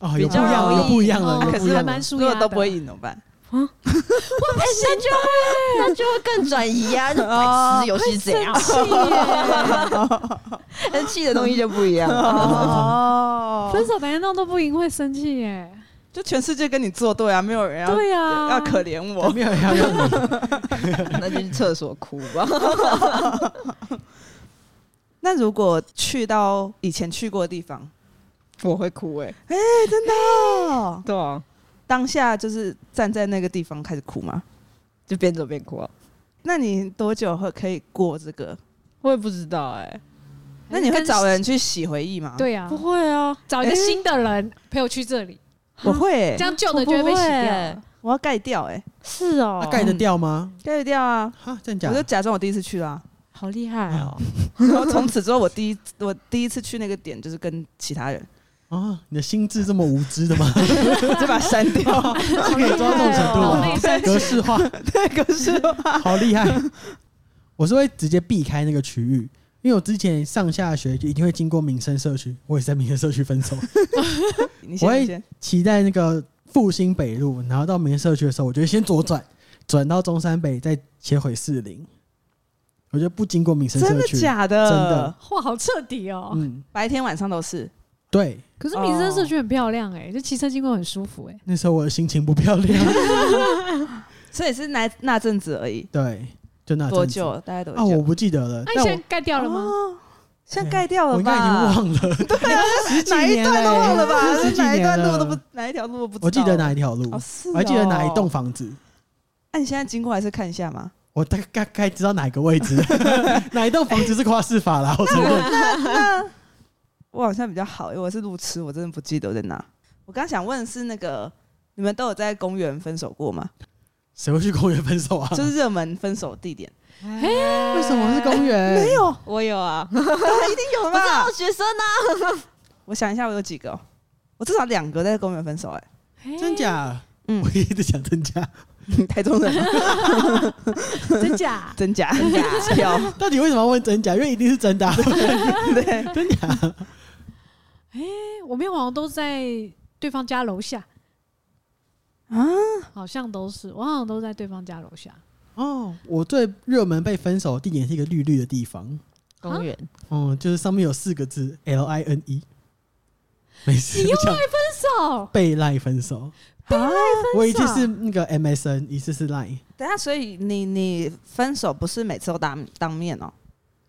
Speaker 4: 哦，有
Speaker 5: 比
Speaker 4: 不一
Speaker 5: 较
Speaker 4: 样，有不一样了，有
Speaker 3: 哦可
Speaker 4: 不
Speaker 3: 是
Speaker 4: 一
Speaker 3: 还
Speaker 4: 样
Speaker 3: 蛮
Speaker 4: 了。
Speaker 3: 舒
Speaker 2: 如
Speaker 3: 压
Speaker 2: 果
Speaker 3: 的
Speaker 2: 都不会赢怎么办？
Speaker 5: 那就会那就会更转移 (laughs) 啊！就白痴游戏是
Speaker 4: (laughs)
Speaker 5: 怎样？
Speaker 3: 气耶
Speaker 5: 但气的东西就不 (laughs) 一样。
Speaker 2: 哦，
Speaker 3: 分手打电动都不赢会生气耶。
Speaker 2: 就全世界跟你作对啊，没有人要
Speaker 3: 对呀，
Speaker 2: 要可怜我。
Speaker 4: 没有没有，没有
Speaker 5: 那就去厕所哭吧。
Speaker 2: (laughs) 那如果去到以前去过的地方，
Speaker 5: 我会哭哎、
Speaker 2: 真的哦
Speaker 5: (laughs) 对啊，
Speaker 2: 当下就是站在那个地方开始哭吗？
Speaker 5: 就边走边哭啊。
Speaker 2: 那你多久会可以过这个？
Speaker 5: 我也不知道哎、
Speaker 2: 那你会
Speaker 3: 跟
Speaker 2: 找人去洗回忆吗？，
Speaker 3: 对啊
Speaker 5: 不，会啊，
Speaker 3: 找一个
Speaker 2: 哎
Speaker 3: 新的人陪我去这里，
Speaker 2: 我会欸、
Speaker 3: 这样旧的就哎会被洗掉
Speaker 5: 我不会
Speaker 3: 了
Speaker 5: 耶。
Speaker 2: 我要盖掉哎、
Speaker 5: 是哦
Speaker 4: 他啊盖得掉吗？
Speaker 2: 盖掉啊！
Speaker 4: 哈，真假
Speaker 2: 我？就假装我第一次去啦、
Speaker 5: 好厉
Speaker 3: 哎
Speaker 5: 害哦！
Speaker 2: 然后从此之后，我第一我第一次去那个点就是跟其他
Speaker 5: (laughs)
Speaker 2: 人，
Speaker 4: 哦，你的心智这么无知的
Speaker 2: (laughs)
Speaker 4: 吗？
Speaker 2: 我就把它删 (laughs) 掉。
Speaker 4: 是可以做到这种程度
Speaker 3: 哦好
Speaker 4: 啊
Speaker 3: 内
Speaker 4: (laughs)
Speaker 3: 生！
Speaker 4: 格式化，
Speaker 2: 对，可是
Speaker 4: 好厉害！我是会直接避开那个区域，因为我之前上下学就一定会经过民生社区，我也是在民生社区分
Speaker 2: (laughs)
Speaker 4: 手。
Speaker 2: 你
Speaker 4: 我会
Speaker 2: 先你先，
Speaker 4: 骑在那个复兴北路，然后到民生社区的时候，我就会先左转，转到中山北，再切回士林。我就不经过民生
Speaker 2: 真
Speaker 4: 社
Speaker 2: 的
Speaker 4: 区，
Speaker 2: 假的？
Speaker 4: 真的，
Speaker 3: 哇，好彻底哦！
Speaker 4: 嗯，
Speaker 2: 白天晚上都是。
Speaker 4: 对，
Speaker 3: 可是民生社区很漂亮
Speaker 4: 哦
Speaker 3: 哎，就骑车经过很舒服哎。
Speaker 4: 那时候我的心情不漂亮，
Speaker 2: (laughs) 所以是那那阵子而已，
Speaker 4: 对，就那阵子
Speaker 2: 多久？大概多
Speaker 4: 啊？我
Speaker 2: 久？
Speaker 4: 不记得了，
Speaker 3: 那
Speaker 4: 但
Speaker 3: 你
Speaker 4: 我
Speaker 3: 现在盖掉了吗？
Speaker 2: 哦，像盖掉
Speaker 4: 我
Speaker 2: 了
Speaker 4: 应该已经
Speaker 2: 吧？
Speaker 4: 忘了，
Speaker 2: 哪一段都忘了吧？
Speaker 4: 哎十几
Speaker 2: 哪一
Speaker 4: 年
Speaker 2: 段
Speaker 4: 了
Speaker 2: 路都不，哪一条路都不知道。
Speaker 4: 我记得哪一条路，
Speaker 2: 哦，是
Speaker 4: 我还记得哪一栋
Speaker 2: 哦。
Speaker 4: 房子，
Speaker 2: 那你现在经过还是看一下吗？
Speaker 4: 我大概该知道哪个位
Speaker 2: (laughs)
Speaker 4: 置，哪一栋房子是跨市法啦，我承认。
Speaker 2: 我好像比较好，因为我是路痴，我真的不记得我在哪。我刚想问的是那个，你们都有在公园分手过
Speaker 4: (laughs)
Speaker 2: 吗？
Speaker 4: 谁会去公园分手啊？
Speaker 2: 就是热门分手地
Speaker 4: (laughs)
Speaker 2: 点，
Speaker 3: 哎
Speaker 4: 为什么是公园？没有，
Speaker 5: 我有啊，
Speaker 2: 一定有
Speaker 5: 我知
Speaker 2: 啦
Speaker 5: 道。学生啊，
Speaker 2: 我想一下，我有几个哦、我至少两个在公园分手、
Speaker 4: (laughs)
Speaker 2: 欸，
Speaker 3: 嘿
Speaker 4: 真假？
Speaker 2: 嗯
Speaker 4: 我一直想真假，
Speaker 2: 台中人吗
Speaker 3: 真假？
Speaker 2: 真假真假有
Speaker 4: 到底为什么要问真假？因为一定是
Speaker 2: (laughs)
Speaker 4: 真的啊、
Speaker 2: 对，
Speaker 4: 真假。 (laughs)
Speaker 3: 我们好像都在对方家楼下
Speaker 2: 啊，
Speaker 3: 好像都是，我好像都在对方家楼下。
Speaker 4: 哦，我最热门被分手的地点是一个绿绿的地方，
Speaker 6: 公
Speaker 5: 啊
Speaker 6: 园，
Speaker 4: 嗯，就是上面有四个字 L I N E。没事，我讲
Speaker 3: 手
Speaker 4: 被赖分手。
Speaker 2: 啊，
Speaker 4: 我一次是那个 MSN，一次是 Line。
Speaker 2: (laughs) 等一下，所以你你分手不是每次都当当面哦、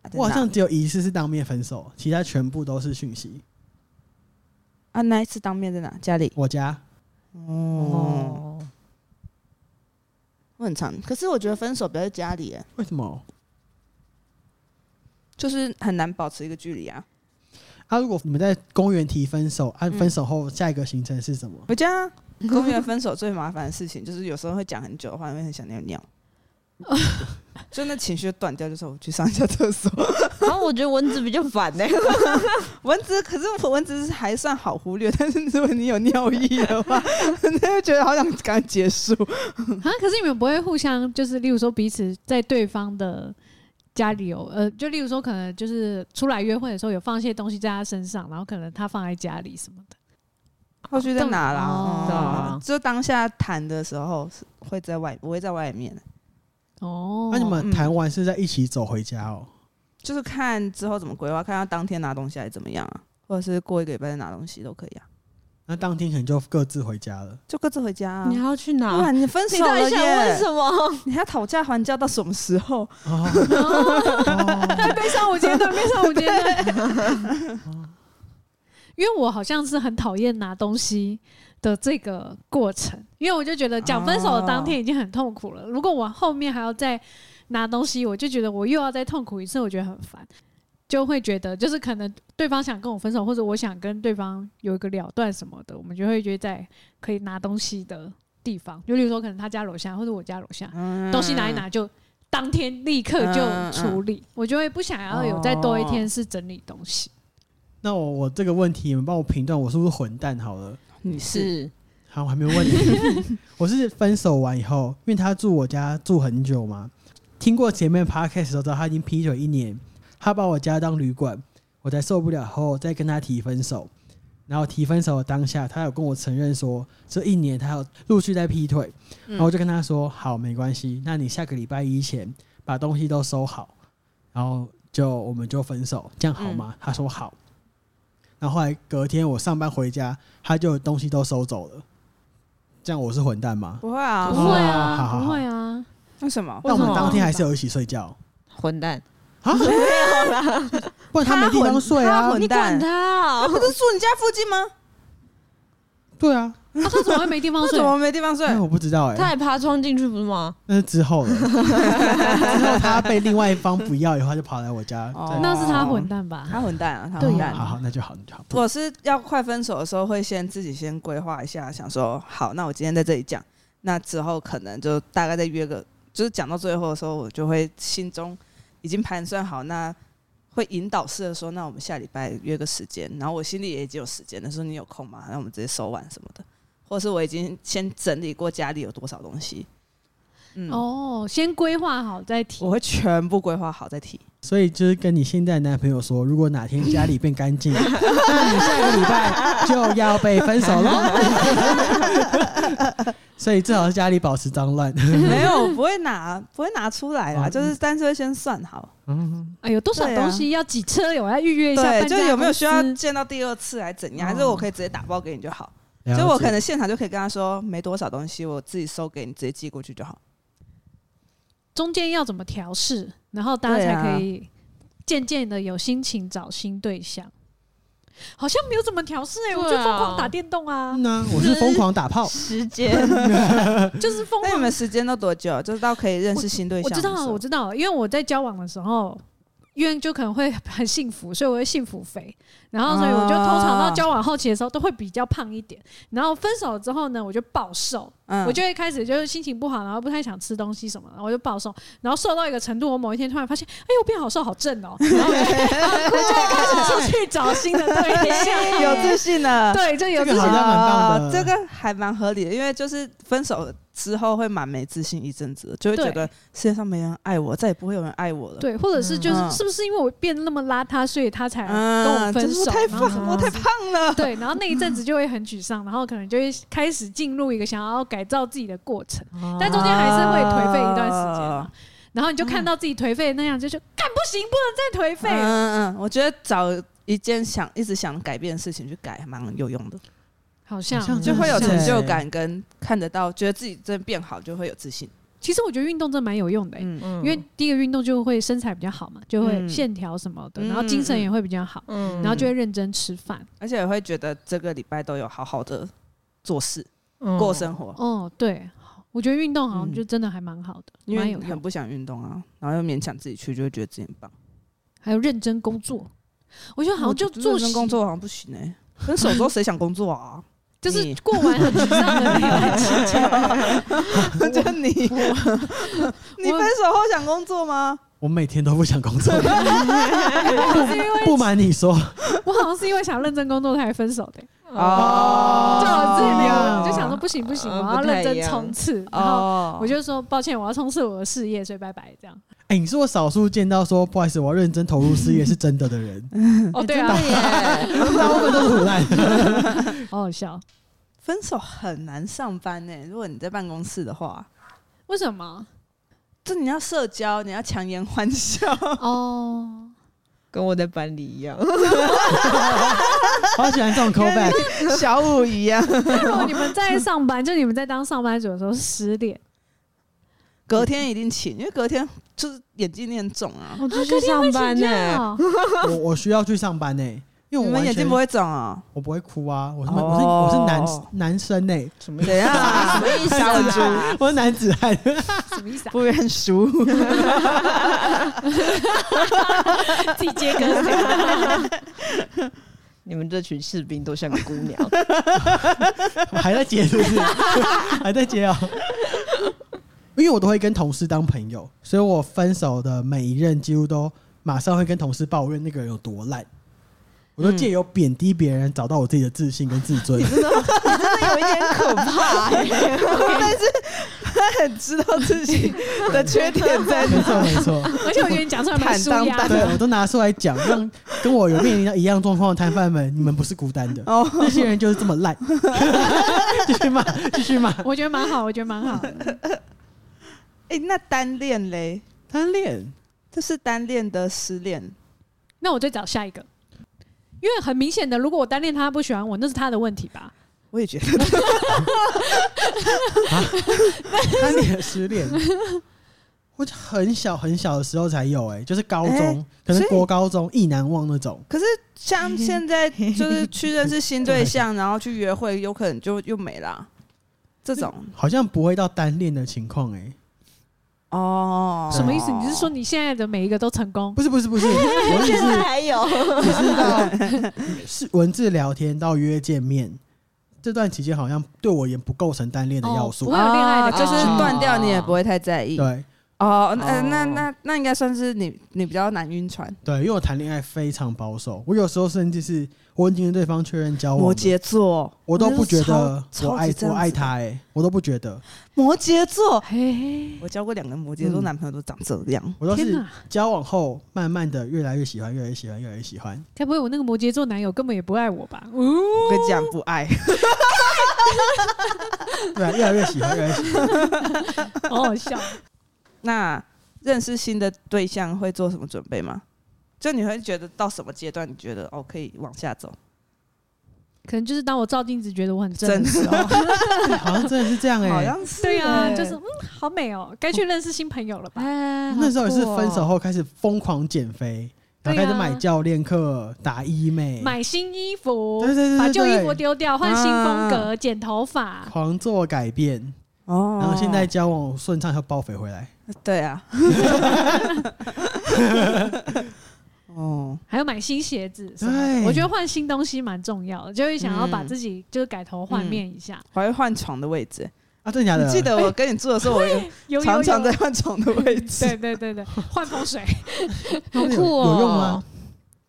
Speaker 2: 啊
Speaker 4: 我好像只有一次是当面分手，其他全部都是讯息。
Speaker 2: 啊，那一次当面在哪？家里
Speaker 4: 我家
Speaker 2: 哦，
Speaker 6: 哦，
Speaker 2: 我很长。可是我觉得分手不要在家里、欸，
Speaker 4: 为什么？
Speaker 2: 就是很难保持一个距离啊。
Speaker 4: 啊，如果你们在公园提分手，按、分手后下一个行程是什么？
Speaker 2: 回家啊公园分手最麻烦的事情就是有时候会讲很久的话，会很想尿 (laughs) 尿，就那情绪断掉，就是我去上一下厕所。
Speaker 5: 然后我觉得蚊子比较烦欸 (laughs) 呢、
Speaker 2: 蚊子可是蚊子还算好忽略，但是如果你有尿意的话， (laughs) 那就觉得好想赶快结束。
Speaker 3: 啊！可是你们不会互相就是，例如说彼此在对方的家里有呃，就例如说可能就是出来约会的时候有放一些东西在他身上，然后可能他放在家里什么的。
Speaker 2: 后续在哪啦？
Speaker 3: 哦
Speaker 6: 对啊
Speaker 2: 嗯就当下谈的时候是会在外，我会在外面，
Speaker 3: 哦，
Speaker 4: 啊那、你们
Speaker 2: 嗯
Speaker 4: 谈完是在一起走回家哦？
Speaker 2: 就是看之后怎么规划，看他当天拿东西还是怎么样啊，或者是过一个礼拜再拿东西都可以啊，
Speaker 4: 那当天可能就各自回家了。
Speaker 2: 就各自回家啊
Speaker 5: 你。还要去
Speaker 2: 哇，
Speaker 5: 哪？
Speaker 2: 你分
Speaker 5: 你
Speaker 2: 手
Speaker 5: 到
Speaker 2: 了
Speaker 5: 底想问
Speaker 2: 耶！
Speaker 5: 什 (laughs) 么？
Speaker 2: 你还要讨价还价到什么时候？
Speaker 4: 哦，
Speaker 3: 悲伤无间断，悲伤无间断。因为我好像是很讨厌拿东西的这个过程，因为我就觉得讲分手的当天已经很痛苦了，如果我后面还要再拿东西，我就觉得我又要再痛苦一次，我觉得很烦，就会觉得就是可能对方想跟我分手，或者我想跟对方有一个了断什么的，我们就会约在可以拿东西的地方，就例如说可能他家楼下或者我家楼下，
Speaker 2: 嗯
Speaker 3: 东西拿一拿就当天立刻就处理，我就会不想要有再多一天是整理东西。
Speaker 4: (laughs) 那我我这个问题，你们帮我评断我是不是混蛋好了？
Speaker 2: 你是
Speaker 4: 好，我还没问你。我是分手完以后，因为他住我家住很久嘛，听过前面 podcast 的时候，知道他已经劈腿一年，他把我家当旅馆，我才受不了后再跟他提分手。然后提分手的当下，他有跟我承认说，这一年他有陆续在劈腿，然后我就跟他说，好，没关系，那你下个礼拜一前把东西都收好，然后就我们就分手，这样好吗？他说好。然后后来隔天我上班回家，他就东西都收走了，这样我是混蛋吗？
Speaker 2: 不会啊
Speaker 3: 不？会
Speaker 4: 哦好好
Speaker 3: 啊，
Speaker 4: 好
Speaker 3: 不会啊，
Speaker 2: 为什么？
Speaker 4: 那我们
Speaker 6: 为什么
Speaker 4: 当天还是有一起睡觉
Speaker 6: 混蛋，
Speaker 4: 啊？没有啦， (laughs) 不然他没地方睡
Speaker 2: 他
Speaker 4: 啊
Speaker 2: 混。
Speaker 5: 你管他、
Speaker 2: 他
Speaker 5: 哦
Speaker 2: 不是住你家附近吗？
Speaker 4: 对啊，
Speaker 3: 啊他怎么会没地方
Speaker 2: 那 (laughs)
Speaker 3: 睡
Speaker 2: 怎？么没地方睡？
Speaker 4: 那我不知道
Speaker 6: 他
Speaker 4: 哎，
Speaker 6: 还爬窗进去不是吗？
Speaker 4: 那是之后
Speaker 2: (laughs)
Speaker 4: 了。之后他被另外一方不要以后，他就跑来我家。
Speaker 2: 哦
Speaker 4: 再
Speaker 3: 那是他混蛋吧？
Speaker 2: 他混蛋啊！他
Speaker 3: 对
Speaker 2: 混
Speaker 3: 呀
Speaker 2: 蛋。
Speaker 4: 好好，那就好，那就好。
Speaker 2: 我是要快分手的时候，会先自己先规划一下，想说好，那我今天在这里讲，那之后可能就大概再约个，就是讲到最后的时候，我就会心中已经盘算好，那会引导式的说，那我们下礼拜约个时间，然后我心里也已经有时间了，说你有空吗？那我们直接收完什么的，或是我已经先整理过家里有多少东西，嗯，
Speaker 3: 哦，先规划好再提
Speaker 2: 我。会全部规划好再提。
Speaker 4: 所以就是跟你现在的男朋友说，如果哪天家里变干
Speaker 2: (laughs)
Speaker 4: 净，那你下个礼拜就要被分手
Speaker 2: (laughs)
Speaker 4: 喽。所以最好是家里保持脏乱。
Speaker 2: 没有，不会拿，不会拿出来啦，
Speaker 4: 哦
Speaker 2: 就是但是会先算好。
Speaker 3: 哎，有多少
Speaker 2: 对啊
Speaker 3: 东西要几车？我要预约一下
Speaker 2: 对，
Speaker 3: 搬
Speaker 2: 就
Speaker 3: 家
Speaker 2: 有没有需要
Speaker 3: 公司
Speaker 2: 见到第二次来怎样？
Speaker 4: 哦
Speaker 2: 还是我可以直接打包给你就好？
Speaker 4: 了解
Speaker 2: 就我可能现场就可以跟他说，没多少东西，我自己收给你，直接寄过去就好。
Speaker 3: 中间要怎么调试，然后大家
Speaker 2: 对
Speaker 3: 才
Speaker 2: 啊
Speaker 3: 可以渐渐的有心情找新对象。好像没有怎么调试哎，我就
Speaker 6: 对啊
Speaker 3: 疯狂打电动啊，
Speaker 4: 呢，嗯我是疯狂打炮。
Speaker 5: 时 (laughs) 间
Speaker 3: 就是疯
Speaker 2: 那你
Speaker 3: 狂
Speaker 2: 们时间都多久？就是到可以认识新对
Speaker 3: 我
Speaker 2: 象的
Speaker 3: 知
Speaker 2: 时候？
Speaker 3: 道，我知道，因为我在交往的时候，因为就可能会很幸福，所以我会幸福肥。然后，所以我就
Speaker 2: 啊
Speaker 3: 通常到交往后期的时候都会比较胖一点。然后分手之后呢，我就暴瘦，
Speaker 2: 嗯
Speaker 3: 我就会开始就是心情不好，然后不太想吃东西什么，然后我就暴瘦。然后瘦到一个程度，我某一天突然发现，哎呦，我变好瘦，好正哦、然后我就 (laughs) 我就开始出去找新的对象。
Speaker 2: 哎有自信了。
Speaker 3: 对，就有
Speaker 4: 这
Speaker 3: 自
Speaker 4: 个好
Speaker 3: 己
Speaker 4: 像蛮棒的
Speaker 2: 哦这个还蛮合理的，因为就是分手之后会蛮没自信一阵子的，就会觉
Speaker 3: 对
Speaker 2: 得世界上没人爱我，再也不会有人爱我了。，
Speaker 3: 对，或者是就是、
Speaker 2: 嗯
Speaker 3: 是不是因为我变那么邋遢，所以他才跟我
Speaker 2: 嗯，
Speaker 3: 分
Speaker 2: 就是
Speaker 3: 手？
Speaker 2: 我太
Speaker 3: 然后什
Speaker 2: 胖，
Speaker 3: 么
Speaker 2: 我太胖了。
Speaker 3: 对，然后那一阵子就会很沮丧，然后可能就会开
Speaker 5: 哦
Speaker 2: 啊
Speaker 3: 始进入一个想要改造自己的过程，但中间还是会颓废一段时间嘛。然后你就看到自己颓废的那样，就说干不行，不能再颓废了。
Speaker 2: 嗯嗯，我觉得找一件想一直想改变的事情去改，还蛮有用的，
Speaker 3: 好像
Speaker 4: 好像
Speaker 2: 就
Speaker 3: 嗯
Speaker 2: 会有
Speaker 4: 真的
Speaker 2: 成
Speaker 4: 是
Speaker 2: 就感，跟看得到，觉得自己真的变好，就会有自信。
Speaker 3: 其实我觉得运动真的蛮有用的、欸，
Speaker 2: 嗯，
Speaker 3: 因为第一个运动就会身材比较好嘛，就会线条什么的，
Speaker 2: 嗯
Speaker 3: 然后精神也会比较好，
Speaker 6: 嗯
Speaker 3: 然后就会认真吃饭。
Speaker 2: 而且也会觉得这个礼拜都有好好的做事、
Speaker 6: 嗯
Speaker 2: 过生活，
Speaker 3: 哦，对，我觉得运动好
Speaker 2: 嗯
Speaker 3: 像就真的还蛮好的，
Speaker 2: 因
Speaker 3: 蛮
Speaker 2: 为
Speaker 3: 有
Speaker 2: 很
Speaker 3: 用。
Speaker 2: 不想运动啊，然后又勉强自己去，就会觉得自己很棒。
Speaker 3: 还有认真工作，我觉得好像就
Speaker 2: 做
Speaker 3: 作
Speaker 2: 哦真
Speaker 3: 息
Speaker 2: 工，作好像不行哎、分手之后谁想工作啊？
Speaker 3: (laughs) 就是过完很沮丧
Speaker 2: (laughs)
Speaker 3: 的那段期间。
Speaker 2: 就你，你分手后想工作吗？
Speaker 4: 我每天都不
Speaker 2: (laughs)
Speaker 4: 想工作，
Speaker 3: 我好像是因为
Speaker 4: (laughs) 不瞒你说，
Speaker 3: 我好像是因为想认真工作才分手的、欸，
Speaker 2: 哦
Speaker 3: 就我自己没有，
Speaker 4: 哦
Speaker 3: 我就想说不行不行，
Speaker 6: 呃
Speaker 3: 我要
Speaker 6: 不太
Speaker 3: 认真
Speaker 6: 一样
Speaker 3: 冲刺，然后
Speaker 2: 哦，
Speaker 3: 我就说抱歉，我要冲刺我的事业，所以拜拜这样。
Speaker 4: 哎、你是我少数见到说不好意思，我要认真投入事业是真的的
Speaker 2: (laughs)
Speaker 4: 人，
Speaker 3: 哦，对啊，
Speaker 6: 耶，
Speaker 4: 大部分都是胡乱。
Speaker 3: 好好笑，
Speaker 2: 分手很难上班呢、如果你在办公室的话，
Speaker 3: 为什么？
Speaker 2: 就你要社交，你要强颜欢笑，
Speaker 3: 哦，
Speaker 6: 跟我在班里一样，
Speaker 4: 好喜欢这种 callback，
Speaker 2: (laughs) 小五一样。
Speaker 3: 如果你们在上班，就你们在当上班族的时候失恋，
Speaker 2: 隔天一定请，因为隔天就是眼睛念肿啊。
Speaker 6: 我就去上班呢、
Speaker 3: 呢？
Speaker 4: 我我需要去上班呢、因为
Speaker 2: 你
Speaker 4: 我
Speaker 2: 们
Speaker 4: 完
Speaker 2: 眼睛
Speaker 4: 全
Speaker 2: 不会肿啊？
Speaker 4: 我不会哭啊，我是、
Speaker 2: 哦
Speaker 4: 我是我是男男生呢、
Speaker 6: (laughs) 什么意
Speaker 2: 怎
Speaker 6: 思？
Speaker 2: 样啊？什么意思
Speaker 4: 小
Speaker 2: 啊？
Speaker 4: 猪， (laughs) 我是男子汉，
Speaker 3: 什么意思啊？
Speaker 2: 不认输，
Speaker 3: 自己接歌，
Speaker 6: (laughs) 你们这群士兵都像个姑娘，
Speaker 4: 我还在接是 (laughs) 不是？还在接啊、因为我都会跟同事当朋友，所以我分手的每一任几乎都马上会跟同事抱怨那个人有多烂，我都借由贬低别人找到我自己的自信跟自尊。
Speaker 6: 真的有一点可怕、
Speaker 2: 但是他很 (laughs) 知道自 (laughs) 己的缺点在
Speaker 4: 没
Speaker 2: 哪。
Speaker 4: 错没错，
Speaker 3: 而且我觉得你讲出来蛮舒
Speaker 2: 坦荡
Speaker 3: 压
Speaker 2: 荡
Speaker 4: 对
Speaker 3: 的。
Speaker 4: 我都拿出来讲，让跟我有面临到一样状况的摊贩们，你们不是孤单的，
Speaker 2: 哦，
Speaker 4: 那些人就是这么 (laughs) 烂。继续骂，继续骂。
Speaker 3: 我觉得蛮好，我觉得蛮好的。
Speaker 2: 哎，那单恋嘞？
Speaker 4: 单恋，
Speaker 2: 这是单恋的失恋，
Speaker 3: 那我就找下一个，因为很明显的，如果我单恋他不喜欢我，那是他的问题吧？
Speaker 2: 我也觉得。
Speaker 4: (laughs) 单恋失恋，我就很小很小的时候才有、欸，哎，就是高中，
Speaker 2: 哎
Speaker 4: 可
Speaker 2: 所
Speaker 4: 能
Speaker 2: 以
Speaker 4: 国高中意难忘那种。
Speaker 2: 可是 (laughs) 像现在就是去认识新对象，然后去约会，有可能就又没啦。这种
Speaker 4: 好像不会到单恋的情况哎、欸
Speaker 2: 哦，
Speaker 3: 什么意思？你是说你现在的每一个都成功？
Speaker 4: 不是不是
Speaker 2: (laughs)
Speaker 4: 不是，我的意
Speaker 5: (laughs) 现在
Speaker 4: 思
Speaker 5: 还有，
Speaker 4: 是文字聊天到约见面，这段期间好像对我也不构成单恋的要
Speaker 3: 哦
Speaker 4: 素。
Speaker 3: 不会有恋爱的
Speaker 2: 啊就
Speaker 3: 感
Speaker 2: 是
Speaker 3: 觉
Speaker 2: 断掉你也不会太在意。
Speaker 4: 对
Speaker 2: 哦，那
Speaker 6: 哦
Speaker 2: 那那那应该算是你你比较难晕船。
Speaker 4: 对，因为我谈恋爱非常保守，我有时候甚至是我已经跟对方确认交往
Speaker 2: 摩
Speaker 4: 了，
Speaker 2: 羯座，哎
Speaker 4: 我都不觉得
Speaker 2: 超
Speaker 4: 我
Speaker 2: 超级
Speaker 4: 爱
Speaker 2: 这
Speaker 4: 我
Speaker 2: 样
Speaker 4: 爱
Speaker 2: 子的
Speaker 4: 他哎、欸我都不觉得，
Speaker 2: 摩羯座，哦
Speaker 3: 嘿，
Speaker 2: 我交过两个摩羯座
Speaker 4: 嗯
Speaker 2: 男朋友都长这样。
Speaker 4: 我都
Speaker 3: 天
Speaker 4: 是
Speaker 3: 哪！
Speaker 4: 交往后慢慢的越来越喜欢，越来越喜欢，越来越喜欢。
Speaker 3: 该不会我那个摩羯座男友根本也不爱我吧？
Speaker 2: 我跟你讲，不爱。 (laughs)
Speaker 4: (laughs) 对、啊，越来越喜欢，越来越喜欢。
Speaker 3: 好好笑。
Speaker 2: 那认识新的对象会做什么准备吗？就你会觉得到什么阶段，你觉得哦可以往下走？
Speaker 3: 可能就是当我照镜子觉得我很
Speaker 2: 真哦
Speaker 3: 正的时候，
Speaker 4: 好像真的是这样哎、欸。
Speaker 2: 是
Speaker 3: 对啊，
Speaker 2: 欸
Speaker 3: 就是嗯，好美哦，该去认识新朋友了
Speaker 5: (laughs)
Speaker 3: 吧？
Speaker 6: 哎
Speaker 4: 那时候也是分
Speaker 5: 哦
Speaker 4: 手后开始疯狂减肥，然后
Speaker 3: 对
Speaker 4: 开
Speaker 3: 啊
Speaker 4: 始买教练课、打医美、
Speaker 3: 买新衣服，
Speaker 4: 对对对对
Speaker 3: 把旧衣服
Speaker 4: 对
Speaker 3: 丢掉，换新风格，剪头发。
Speaker 4: 狂做改变，
Speaker 2: 哦
Speaker 4: 然后现在交往顺畅又爆肥回来。
Speaker 2: 对 (laughs) 啊，哦，
Speaker 3: 还有买新鞋子什么
Speaker 4: 对
Speaker 3: 的，我觉得换新东西蛮重要的，就会想要把
Speaker 2: 嗯
Speaker 3: 自己就是改头换面一下。
Speaker 2: 我还会换床的位置。
Speaker 4: 啊，真的假
Speaker 2: 你
Speaker 4: 的？
Speaker 2: 记得我跟你住的时候，我也
Speaker 3: 有
Speaker 2: (laughs)
Speaker 3: 有
Speaker 2: 常
Speaker 3: 有
Speaker 2: 常在换床的位 (laughs) 置，
Speaker 3: 对对对对，换风水，
Speaker 6: 好
Speaker 4: 有
Speaker 6: 酷哦，
Speaker 4: 有用吗？？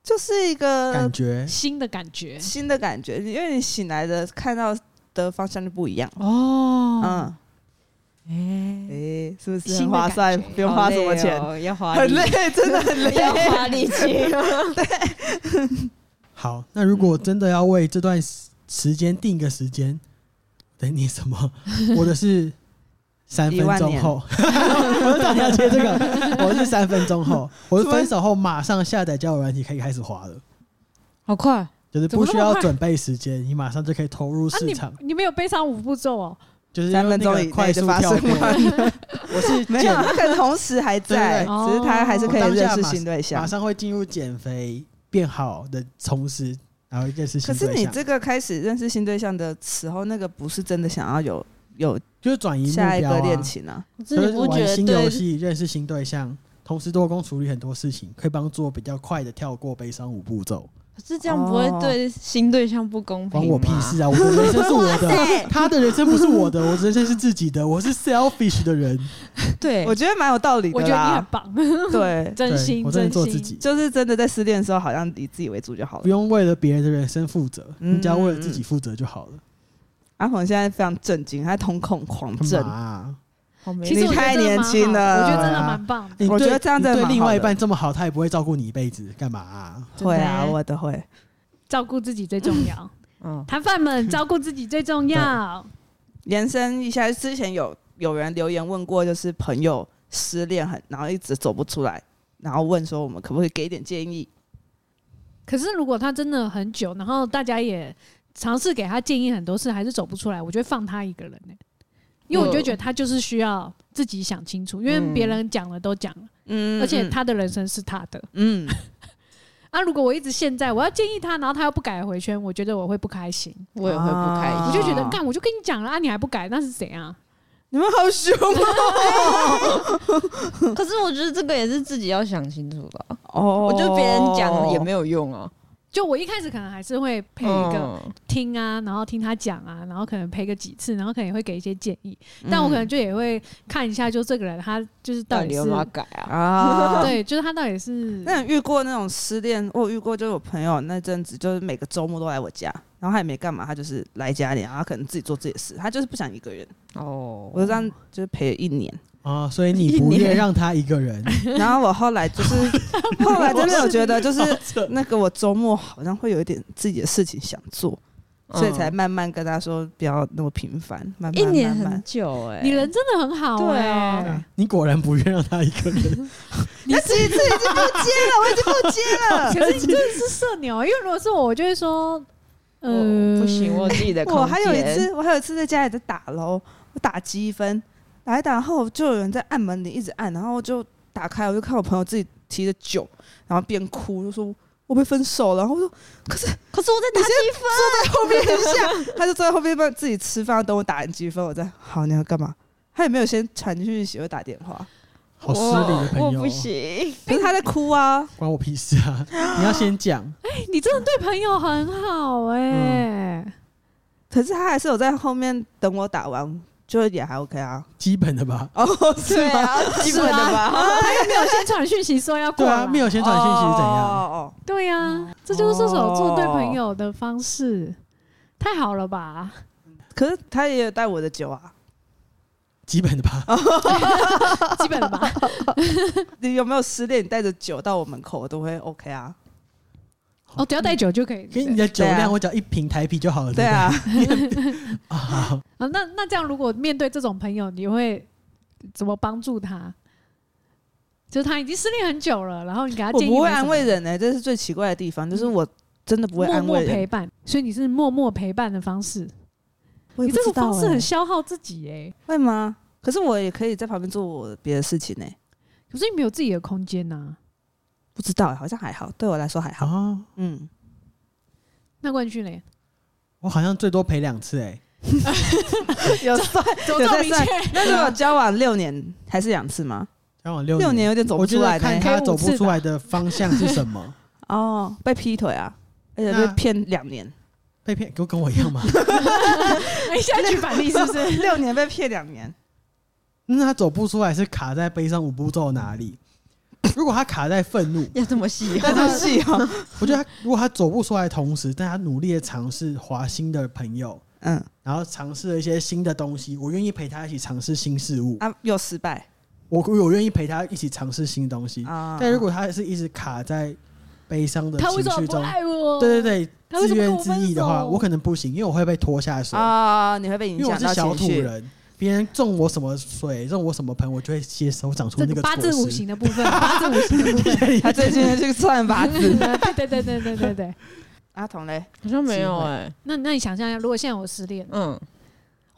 Speaker 2: 就是一
Speaker 4: 感
Speaker 2: 个
Speaker 4: 觉
Speaker 3: 新的感觉。
Speaker 2: 新的感觉，因为你醒来的看到的方向就不一样。
Speaker 6: 哦，
Speaker 2: 嗯，诶，是不是
Speaker 3: 新
Speaker 2: 很
Speaker 3: 的
Speaker 2: 划
Speaker 3: 感
Speaker 2: 算？
Speaker 3: 觉
Speaker 2: 不用花什么钱，
Speaker 6: 好累哦要花
Speaker 2: 很
Speaker 6: 力
Speaker 2: 累，真的很累。
Speaker 5: 要花力气。
Speaker 4: 好。那如果真的要为
Speaker 2: (laughs)
Speaker 4: 这段时时间定一个时间，等你什么？我的是三分钟后， (laughs) 我到底要接
Speaker 2: (laughs)
Speaker 4: 这个？我是三分钟后，我是分手后马上下载交友软体，可以开始滑了，
Speaker 6: 好快，
Speaker 4: 就是
Speaker 3: 怎么
Speaker 4: 不
Speaker 3: 那
Speaker 4: 需
Speaker 3: 么
Speaker 4: 要
Speaker 3: 快
Speaker 4: 准备时间，你马上就可以投入市场，
Speaker 3: 啊你们有悲伤五步骤
Speaker 4: (laughs)
Speaker 3: 哦，
Speaker 4: 就是
Speaker 2: 啊三
Speaker 4: 用
Speaker 2: 分
Speaker 4: 那
Speaker 2: 钟
Speaker 4: 个
Speaker 2: 以
Speaker 4: 快
Speaker 2: 内
Speaker 4: 速
Speaker 2: 就发
Speaker 4: 跳
Speaker 2: 生
Speaker 4: 过。
Speaker 2: 完，
Speaker 4: (laughs) 我是
Speaker 2: (laughs) 没
Speaker 4: 减
Speaker 2: 有，他啊可能同时还在，
Speaker 3: 对
Speaker 4: 对
Speaker 3: 对
Speaker 2: 只是他还是可以认识新对
Speaker 4: 马
Speaker 2: 象。
Speaker 4: 上会进入减肥变好的同时，然后认识
Speaker 2: 可
Speaker 4: 新
Speaker 2: 是
Speaker 4: 对
Speaker 2: 你
Speaker 4: 象，
Speaker 2: 这个开始认识新对象的时候，那个不是真的想要有有
Speaker 4: 就是转移目
Speaker 2: 下一
Speaker 4: 标
Speaker 2: 个恋
Speaker 4: 啊，
Speaker 2: 情啊，
Speaker 5: 我真
Speaker 4: 就
Speaker 5: 的
Speaker 4: 是
Speaker 5: 不觉
Speaker 4: 玩
Speaker 5: 得
Speaker 4: 新游
Speaker 5: 对，
Speaker 4: 戏，认识新对象，同时多工处理很多事情，可以帮助我比较快的跳过悲伤五步骤。
Speaker 5: 可是这样不会
Speaker 2: 哦
Speaker 5: 对新对象不公平
Speaker 4: 关
Speaker 5: 吗？
Speaker 4: 我屁事啊！我的人生是我的，他的人生不是我的，我的人生是自己的，我是 selfish 的人，
Speaker 5: 对，
Speaker 2: 我觉得蛮有道理
Speaker 3: 我
Speaker 2: 的
Speaker 3: 觉得你很
Speaker 2: 啦。
Speaker 3: 棒， (laughs)
Speaker 2: 对，
Speaker 3: 真
Speaker 4: 对
Speaker 3: 心
Speaker 4: 我真的
Speaker 3: 真
Speaker 4: 做自
Speaker 3: 心。
Speaker 4: 己，
Speaker 2: 就是真的在失恋的时候，好像以自己为主就好
Speaker 4: 不
Speaker 2: 了。
Speaker 4: 用为了别人的人生负责，
Speaker 2: 嗯
Speaker 4: 你只要为了自己负责就好了。
Speaker 2: 阿鹏现在非常震惊，他瞳孔狂
Speaker 4: 干
Speaker 2: 震
Speaker 4: 嘛。啊？
Speaker 5: 好没
Speaker 3: 其实我觉得
Speaker 2: 你太
Speaker 3: 真的蛮
Speaker 2: 年轻
Speaker 3: 好
Speaker 2: 了
Speaker 3: 的我觉得真的蛮棒的。
Speaker 4: 你
Speaker 2: 我
Speaker 4: 对
Speaker 2: 觉得这样
Speaker 4: 你
Speaker 2: 真的
Speaker 4: 对
Speaker 2: 蛮
Speaker 4: 另
Speaker 2: 好
Speaker 4: 外一
Speaker 2: 的
Speaker 4: 半这么好，他也不会照顾你一辈子，干嘛啊？
Speaker 2: 会啊，
Speaker 3: 真的
Speaker 2: 我都会。
Speaker 3: 照顾自己最重
Speaker 2: (laughs)
Speaker 3: 要，
Speaker 6: 嗯，
Speaker 3: 摊贩们照顾自己最重要。
Speaker 2: 延伸一下，之前有有人留言问过，就是朋友失恋很，然后一直走不出来，然后问说我们可不可以给一点建议？
Speaker 3: 可是如果他真的很久，然后大家也尝试给他建议很多次，还是走不出来，我就会放他一个人呢、因为我就觉得他就是需要自己想清楚，因为别人讲了都讲了，
Speaker 2: 嗯
Speaker 3: 而且，他的人生是他的。
Speaker 2: 嗯，
Speaker 3: 啊，如果我一直现在我要建议他，然后他又不改回圈，我觉得我会不开心，
Speaker 5: 我也会不开
Speaker 2: 啊
Speaker 5: 心。
Speaker 3: 我就觉得干，我就跟你讲了啊，你还不改，那是啊怎样？
Speaker 2: 你们好凶啊
Speaker 5: 可是我觉得这个也是自己要想清楚的啊，
Speaker 2: 哦！
Speaker 5: 我觉得别人讲也没
Speaker 2: 有，
Speaker 5: 有用啊。
Speaker 3: 就我一开始可能还是会配一个
Speaker 5: 嗯，
Speaker 3: 听啊，然后听他讲啊，然后可能陪个几次，然后可能也会给一些建议，但我可能就也会看一下，就这个人他就是
Speaker 5: 嗯到
Speaker 3: 底
Speaker 5: 底
Speaker 3: 是
Speaker 5: 有没有改啊？
Speaker 2: 啊，
Speaker 3: 对，就是他到底
Speaker 5: (laughs)
Speaker 3: 是
Speaker 2: 那你遇过那种失恋？我有遇过，就是我朋友那阵子，就是每个周末都来我家，然后他也没干嘛，他就是来家里，然后他可能自己做自己的事，他就是不想一个人。
Speaker 5: 哦
Speaker 2: 我就这样就是陪了一年，
Speaker 4: 啊，所以你不愿让他一个人，
Speaker 2: 然后我后来就是 (laughs) 后来真的有觉得，就是
Speaker 4: 扯
Speaker 2: 那个我周末好像会有一点自己的事情想做，所以才慢慢跟他说不要那么频繁，慢慢
Speaker 5: 一年
Speaker 2: 慢慢
Speaker 5: 很久哎，
Speaker 3: 你人真的很好
Speaker 2: 对
Speaker 3: 哎、
Speaker 2: 啊 (laughs)
Speaker 4: 你果然不愿让他一个人。
Speaker 2: 那其实这已经不接了，我已经不接
Speaker 5: (laughs)
Speaker 2: 了。
Speaker 3: 可是你真的是社牛，欸因为如果是我，我就会说，
Speaker 5: 我
Speaker 3: 呃，
Speaker 5: 不行，我有自己的空间。
Speaker 2: 我还有一次，我还有一次在家里在打楼，我打积分，打一打后就有人在按门铃，一直按，然后就打开，我就看我朋友自己提着酒，然后边哭，就说我被分手了，然后我说可是
Speaker 5: 可是我在
Speaker 2: 你先坐在后面一下，他就坐在后面帮自己吃饭，等我打完积分，我再好你要干嘛？他也没有先传讯息，或打电话，
Speaker 4: 好失礼的
Speaker 5: 我
Speaker 4: 朋
Speaker 5: 我
Speaker 4: 友
Speaker 5: 不
Speaker 4: 哦，
Speaker 5: 行，
Speaker 2: 可是他在哭啊，
Speaker 4: 关我屁事啊！你要
Speaker 2: (gasps)
Speaker 4: 先讲，
Speaker 3: 哎你真的对朋友很好哎、
Speaker 5: 嗯
Speaker 2: 可是他还是有在后面等我打完，就也还 OK 啊。
Speaker 4: 基本的吧。
Speaker 2: 哦，是
Speaker 5: 对
Speaker 2: 吗？
Speaker 5: 啊，基本的
Speaker 3: (laughs)
Speaker 5: 吧。
Speaker 3: 他又没有先传讯息说要过
Speaker 4: 对
Speaker 3: 来，
Speaker 4: 啊，没有先传讯息是怎样？
Speaker 2: 哦哦
Speaker 3: 对呀、这就是射手座对朋友的方式，太好了吧？
Speaker 2: 哦可是他也有带我的酒啊。
Speaker 4: 基本的吧。
Speaker 2: 哦
Speaker 3: 基本吧，
Speaker 2: 你有没有失恋？你带着酒到我门口，我都会 OK 啊。
Speaker 3: 哦，只要带酒就可以。
Speaker 4: 给你的酒
Speaker 2: 对啊
Speaker 4: 量，我只要一瓶台啤就好了。
Speaker 2: 对啊，
Speaker 4: 啊，好
Speaker 3: 啊，那那这样，如果面对这种朋友，你会怎么帮助他？就是他已经失恋很久了，然后你给他
Speaker 2: 我
Speaker 3: 建议，
Speaker 2: 不会安慰，人呢、欸这是最奇怪的地方，就是我真的不会
Speaker 3: 默
Speaker 2: 安
Speaker 3: 默
Speaker 2: 慰人。
Speaker 3: 陪伴，所以你是默默陪伴的方式。
Speaker 2: 我也
Speaker 3: 你
Speaker 2: 不
Speaker 3: 这
Speaker 2: 知
Speaker 3: 个
Speaker 2: 道
Speaker 3: 方式
Speaker 2: 欸
Speaker 3: 很消耗自己哎、
Speaker 2: 会吗？可是我也可以在旁边做我别的事情欸呢、
Speaker 3: 可是你没有自己的空间啊呐、
Speaker 2: 不知道欸、好像还好，对我来说还好。
Speaker 4: 啊，
Speaker 2: 嗯，
Speaker 3: 那冠军嘞，
Speaker 4: 我好像最多赔两次哎。
Speaker 2: (laughs) 有 (laughs) 算
Speaker 3: 走
Speaker 2: 有
Speaker 3: 到
Speaker 2: 在
Speaker 3: 明确
Speaker 2: 算。 (laughs) 那如果交往六年还是两次吗？
Speaker 4: 交往六
Speaker 2: 六年，有点走
Speaker 4: 我
Speaker 2: 不
Speaker 4: 觉
Speaker 2: 出来
Speaker 4: 得
Speaker 2: 呢、
Speaker 4: 看
Speaker 2: 欸。
Speaker 4: 他走不出来的方向是
Speaker 2: (laughs)
Speaker 4: 什么。
Speaker 2: 哦，被劈腿啊，而且被
Speaker 4: 那
Speaker 2: 骗两年，
Speaker 4: 被骗，跟跟我一样吗？ (laughs)
Speaker 3: 哎，现在举反例是不是？
Speaker 2: (laughs) 六年被骗两年。
Speaker 4: 那他走不出来是卡在悲伤五步骤哪里？ (coughs) 如果他卡在愤怒，
Speaker 5: 要这么细
Speaker 2: (laughs)
Speaker 5: 哦，
Speaker 2: 但是戏哦， (laughs)
Speaker 4: 我觉得他如果他走不出来的同时，但他努力的尝试华新的朋友，
Speaker 2: 嗯
Speaker 4: 然后尝试了一些新的东西，我愿意陪他一起尝试新事物，
Speaker 2: 啊，又失败
Speaker 4: 我我愿意陪他一起尝试新东西。
Speaker 2: 啊。
Speaker 4: 但如果他是一直卡在悲伤的
Speaker 3: 他
Speaker 4: 呃情
Speaker 3: 为什么
Speaker 4: 绪
Speaker 3: 不
Speaker 4: 中，
Speaker 3: 爱我？
Speaker 4: 对对
Speaker 3: 他
Speaker 4: 对，
Speaker 3: 为什
Speaker 4: 自
Speaker 3: 么跟
Speaker 4: 怨
Speaker 3: 我
Speaker 4: 自
Speaker 3: 分
Speaker 4: 艾的话，
Speaker 3: 手
Speaker 4: 我可能不行，因为我会被拖下水，
Speaker 2: 啊，你会被影
Speaker 4: 因为我
Speaker 2: 响
Speaker 4: 是
Speaker 2: 到
Speaker 4: 小
Speaker 2: 情
Speaker 4: 土
Speaker 2: 绪。
Speaker 4: 人，别人中我什么水，中我什么盆，我就会接手长出
Speaker 3: 这
Speaker 4: 那
Speaker 3: 个
Speaker 4: 个
Speaker 3: 八
Speaker 4: 果
Speaker 3: 字
Speaker 4: 实
Speaker 3: 五
Speaker 4: (laughs)
Speaker 3: 行的部分，八字五行的部
Speaker 2: (laughs)
Speaker 3: 分，
Speaker 2: 他最近是算 (laughs) 法子。
Speaker 3: (laughs) 对对对对对对对。
Speaker 2: 阿童嘞，
Speaker 6: 好像没有
Speaker 2: 机会
Speaker 6: 哎，
Speaker 5: 欸
Speaker 3: (laughs) 那那你想象一下，如果现在我失恋，
Speaker 6: 嗯，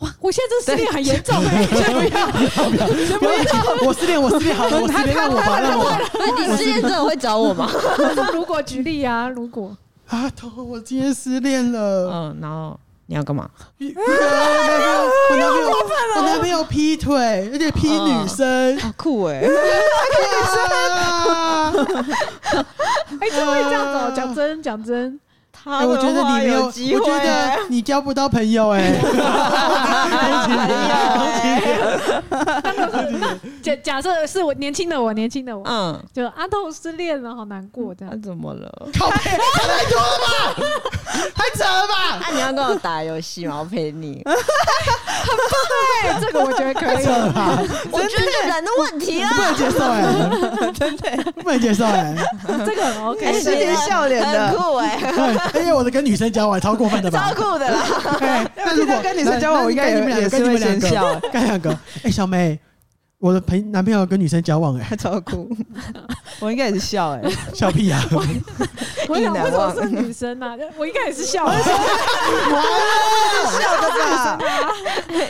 Speaker 3: 哇，我现在这失恋很严重哎，先不要，
Speaker 4: 不要紧我失恋，我失恋，好了，
Speaker 3: (laughs)
Speaker 4: 我失恋，让我吧，让我吧
Speaker 5: 那你失恋真的会找我吗？
Speaker 3: (laughs) 就如果举例啊，如果
Speaker 4: 啊，头，我今天失恋
Speaker 3: 啊
Speaker 4: 了，
Speaker 6: 嗯，然后你要干嘛？
Speaker 4: (laughs) 我男朋
Speaker 2: (laughs)
Speaker 4: 友，我男朋友，
Speaker 2: 哦
Speaker 4: 我男朋友劈腿，而且劈女生，
Speaker 2: 好酷哎、
Speaker 4: 欸啊
Speaker 2: (laughs)
Speaker 3: 哎，真会这样子哦，讲真讲 (laughs) 真，
Speaker 6: 他
Speaker 4: 哎我觉得你没有，我
Speaker 5: 啊
Speaker 4: 觉得你交不到朋友
Speaker 2: (laughs)
Speaker 4: 哎，
Speaker 3: 假假设是我年轻的我，年轻的我，
Speaker 6: 嗯，
Speaker 3: 就啊阿豆失恋了，好难过这
Speaker 6: 那
Speaker 3: 样。
Speaker 6: 怎么了？
Speaker 4: 靠背，想太多了吧，太扯了吧，
Speaker 5: 啊，你要跟我打游戏吗？我陪
Speaker 4: (laughs)
Speaker 5: 你。
Speaker 3: 对，哎这个我觉得可
Speaker 4: 太扯了
Speaker 3: 以。
Speaker 4: 吧，
Speaker 5: 我觉得就人的问题
Speaker 4: (laughs)
Speaker 5: 啊
Speaker 4: 不，能接受
Speaker 2: (laughs)
Speaker 4: 哎，
Speaker 2: 真的，
Speaker 4: 不能接受哎，
Speaker 3: 这个很 OK，
Speaker 2: (laughs) 哎
Speaker 3: (laughs)
Speaker 2: 是脸笑脸的
Speaker 4: (laughs)
Speaker 5: 很酷哎，
Speaker 4: 而且我的跟女生交往超过分的吧
Speaker 5: 超，酷的啦。
Speaker 2: (laughs)
Speaker 4: 哎，那如果
Speaker 2: 跟女生交往，我应该
Speaker 4: 那你们
Speaker 2: 也
Speaker 4: 两
Speaker 2: 也
Speaker 4: 个跟
Speaker 2: 是
Speaker 4: 你
Speaker 2: 会
Speaker 4: 们两
Speaker 2: 先
Speaker 4: 个
Speaker 2: 笑、欸。
Speaker 4: 干两个，哎、小梅，我的朋男朋友跟女生交往、哎，
Speaker 6: 超酷，
Speaker 2: (laughs) 我应该也是笑哎、
Speaker 4: 笑屁
Speaker 2: (laughs)
Speaker 4: 啊！完
Speaker 3: 我想
Speaker 5: 意难
Speaker 3: 为什么
Speaker 5: 忘
Speaker 3: 是女生呢？就我应该也是笑。啊
Speaker 2: 欸，笑的吧？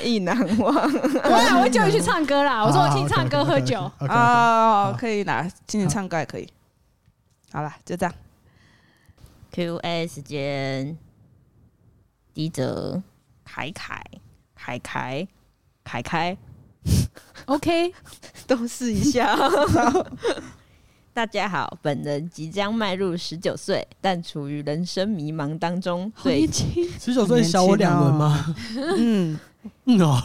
Speaker 5: 意难忘。
Speaker 3: (laughs) 我俩会叫你去唱歌啦。我说我请你唱歌喝酒。
Speaker 4: 啊，
Speaker 2: 啊、
Speaker 4: 好
Speaker 2: 可以拿，今年唱歌也可以。好啦，就这样。
Speaker 5: Q A 时间，迪哲、凯凯、凯凯、凯凯，
Speaker 3: OK，
Speaker 5: 都试一
Speaker 2: (laughs)
Speaker 5: 下。大家好，本人即将迈入十九岁，但处于人生迷茫当中。
Speaker 3: 好
Speaker 5: 对
Speaker 3: 年轻，
Speaker 4: 十九岁小我两轮吗？
Speaker 2: 嗯，
Speaker 4: (laughs) 嗯哦，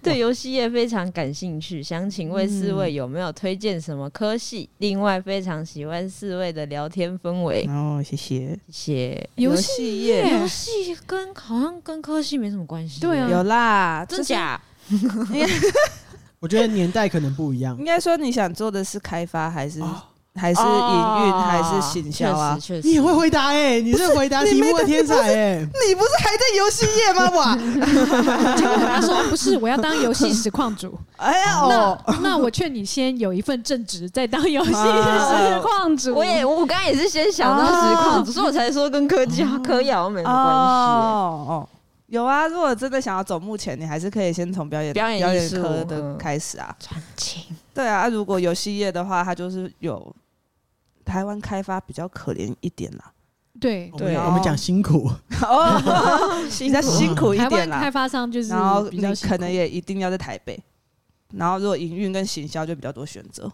Speaker 5: 对游戏业非常感兴趣，想请问四位有没有推荐什么科系？另外，非常喜欢四位的聊天氛围。
Speaker 2: 然后嗯谢谢。
Speaker 5: 谢谢。
Speaker 3: 游戏
Speaker 2: 戏
Speaker 3: 业
Speaker 5: 游戏跟好像跟科系没什么关系，
Speaker 3: 对啊
Speaker 2: 有啦，
Speaker 5: 真假？
Speaker 4: 我觉得年代可能不一样
Speaker 2: 应。该说你想做的是开发还是、
Speaker 4: 哦
Speaker 2: 还是营运、还是行销啊？
Speaker 5: 哦确实，
Speaker 4: 你很会回答哎、你是回答题目的天才哎、
Speaker 2: 你不是还在游戏业吗？哇，
Speaker 3: 结果他说不是，我要当游戏实况主。
Speaker 2: (laughs) 哎呀
Speaker 3: 那
Speaker 2: 哦，
Speaker 3: 那我劝你先有一份正职，再当游戏
Speaker 2: 啊
Speaker 3: 实况主。
Speaker 5: 我也我刚刚也是先想到实况，所以我才说跟科技科技好像没什么
Speaker 2: 哦哦，有啊。如果真的想要走幕前，你还是可以先从表演
Speaker 5: 表演艺
Speaker 2: 表演
Speaker 5: 术
Speaker 2: 科的
Speaker 5: 嗯
Speaker 2: 开始啊。
Speaker 5: 关系。
Speaker 2: 对啊，啊如果游戏业的话，它就是有台湾开发比较可怜一点啦。
Speaker 3: 对，
Speaker 4: 我们
Speaker 2: 对
Speaker 4: 我们讲辛苦，
Speaker 2: 哦， (laughs) 比较辛苦一
Speaker 3: 台
Speaker 2: 点 (laughs)
Speaker 3: 湾开
Speaker 2: 啦。
Speaker 3: 发商就是
Speaker 2: 然后
Speaker 3: 比
Speaker 2: 你
Speaker 3: 较辛苦
Speaker 2: 可能也一定要在台北。然后如果营运跟行销就比较多选择。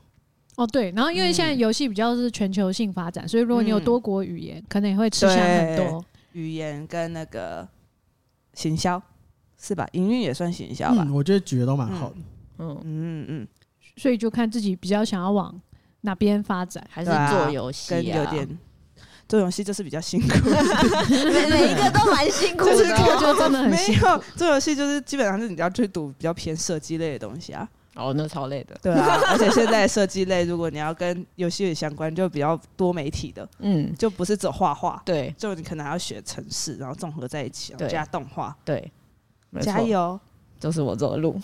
Speaker 3: 哦对，然后因为现在游戏比较是全球性发展，所以如果你有
Speaker 2: 嗯
Speaker 3: 多国语言，可能也会吃香很多。
Speaker 2: 语言跟那个行销是吧？营运也算行销吧
Speaker 4: 嗯，。我觉得举的都蛮好的。
Speaker 5: 嗯，
Speaker 2: 嗯嗯，
Speaker 3: 所以就看自己比较想要往哪边发展。
Speaker 5: 还
Speaker 2: 对啊
Speaker 5: 是做游
Speaker 2: 跟
Speaker 5: 戏啊
Speaker 2: 有点做游戏就是比较辛 (laughs) 苦，
Speaker 5: 每每一个都蛮辛苦
Speaker 2: 就是
Speaker 5: 的
Speaker 3: 这个
Speaker 5: 哦。
Speaker 3: 就真的很
Speaker 2: 没
Speaker 3: 辛苦。
Speaker 2: 有做游戏就是基本上是你要去读比较偏设计类的东西啊。
Speaker 5: 哦，那超累的。
Speaker 2: 对啊，而且现在设计类，如果你要跟游戏相关，就比较多媒体的，
Speaker 5: 嗯，
Speaker 2: 就不是只有画画，
Speaker 5: 对
Speaker 2: 就你可能还要学程式，然后综合在一起，然后
Speaker 5: 对
Speaker 2: 加动画。
Speaker 5: 对，没错
Speaker 2: 加，油！
Speaker 5: 就是我走的路。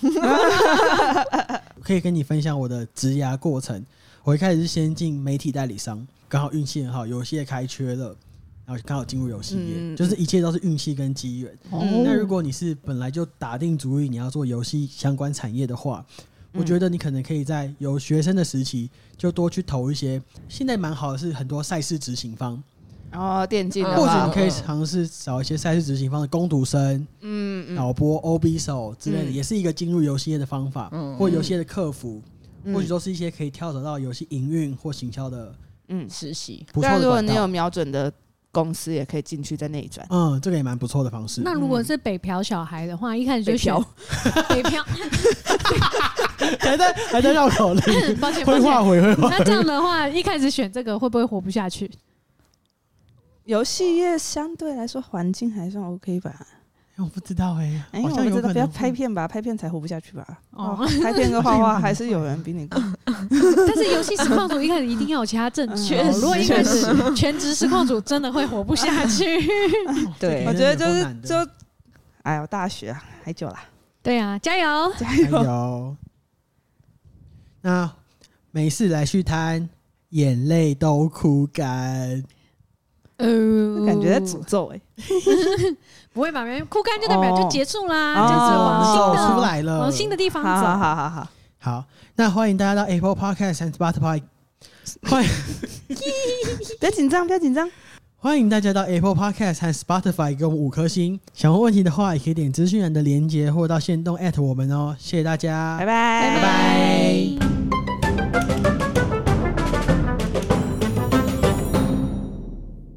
Speaker 4: 可以跟你分享我的职涯过程。我一开始是先进媒体代理商，刚好运气很好，游戏业开缺了，然后刚好进入游戏业，
Speaker 2: 嗯嗯嗯
Speaker 4: 就是一切都是运气跟机缘。
Speaker 5: 哦
Speaker 2: 嗯
Speaker 4: 那如果你是本来就打定主意你要做游戏相关产业的话，
Speaker 2: 嗯
Speaker 4: 我觉得你可能可以在有学生的时期就多去投一些。现在蛮好的是很多赛事执行方，
Speaker 2: 然后电竞啊的
Speaker 5: 嗯
Speaker 4: 或者
Speaker 2: 话
Speaker 4: 你，可以尝试找一些赛事执行方的攻读生、
Speaker 2: 嗯嗯
Speaker 4: 脑波、OB 手之类的，
Speaker 2: 嗯
Speaker 4: 也是一个进入游戏业的方法，
Speaker 5: 嗯
Speaker 4: 或游戏业的客服，
Speaker 2: 嗯，
Speaker 4: 或许都是一些可以跳转到游戏营运或行销的
Speaker 2: 嗯。
Speaker 5: 实习
Speaker 4: 不错
Speaker 2: 但
Speaker 4: 的
Speaker 2: 如果
Speaker 4: 管
Speaker 2: 你有
Speaker 4: 道。
Speaker 2: 瞄准的公司，也可以进去在内转。
Speaker 4: 嗯，这个也蛮不错的方式。
Speaker 3: 那如果是北漂小孩的话，一开始就
Speaker 5: 北
Speaker 3: 选
Speaker 5: 漂
Speaker 2: (laughs)
Speaker 3: 北漂，
Speaker 4: 还在还在绕口令，
Speaker 2: (laughs)
Speaker 3: 抱歉抱
Speaker 4: 会画
Speaker 3: 歉。
Speaker 4: 回会画
Speaker 3: (laughs) 那这
Speaker 4: 回。
Speaker 3: 样的话，一开始选这个会不会活不下去？
Speaker 2: 游戏业相对来说环境还算 OK 吧？
Speaker 4: 哎我不知道哎，
Speaker 2: 哎，
Speaker 4: 好
Speaker 2: 我
Speaker 4: 像
Speaker 2: 不
Speaker 4: 有
Speaker 2: 知道，
Speaker 4: 可
Speaker 2: 不要
Speaker 4: 能
Speaker 2: 拍片吧，拍片才活不下去吧？
Speaker 3: 哦
Speaker 2: 哦，拍片跟画画还是有人比你更。 (laughs)
Speaker 3: 但是游戏实况组一开始一定要有其他证
Speaker 2: 嗯
Speaker 3: 据
Speaker 5: 确
Speaker 3: 哦，
Speaker 5: 实
Speaker 3: 如果一开
Speaker 5: 确
Speaker 3: 始全职实况组，真的会活不
Speaker 2: (laughs)
Speaker 3: 下去。
Speaker 4: 哦这个
Speaker 5: 对
Speaker 4: 也
Speaker 2: 我觉得
Speaker 4: 有
Speaker 2: 就
Speaker 4: 够
Speaker 2: 是
Speaker 4: 难的
Speaker 2: 就，哎呦，大学啊还久啦，
Speaker 3: 对啊，加油！
Speaker 2: 加
Speaker 4: 还
Speaker 2: 油！
Speaker 4: 有， (laughs) 那没事来续摊，眼泪都哭干。
Speaker 3: 呃
Speaker 2: 哦感觉在诅咒哎、
Speaker 3: 不会吧？没哭干就代表就结束啦，
Speaker 2: 哦
Speaker 3: 就
Speaker 2: 啊
Speaker 3: 是往
Speaker 2: 哦
Speaker 3: 新
Speaker 4: 走
Speaker 3: 的
Speaker 4: 出来了，
Speaker 3: 往新的地方
Speaker 2: 好
Speaker 3: 走。
Speaker 2: 好好好好，
Speaker 4: 好，那欢迎大家到 Apple Podcast 和 Spotify，欢迎
Speaker 2: 不要紧张，不要紧张。
Speaker 4: 欢迎大家到 Apple Podcast 和 Spotify 给我们五颗星。想问问题的话，也可以点资讯栏的连接，或到线动 at 我们哦。谢谢大家，
Speaker 2: 拜拜，
Speaker 3: 拜拜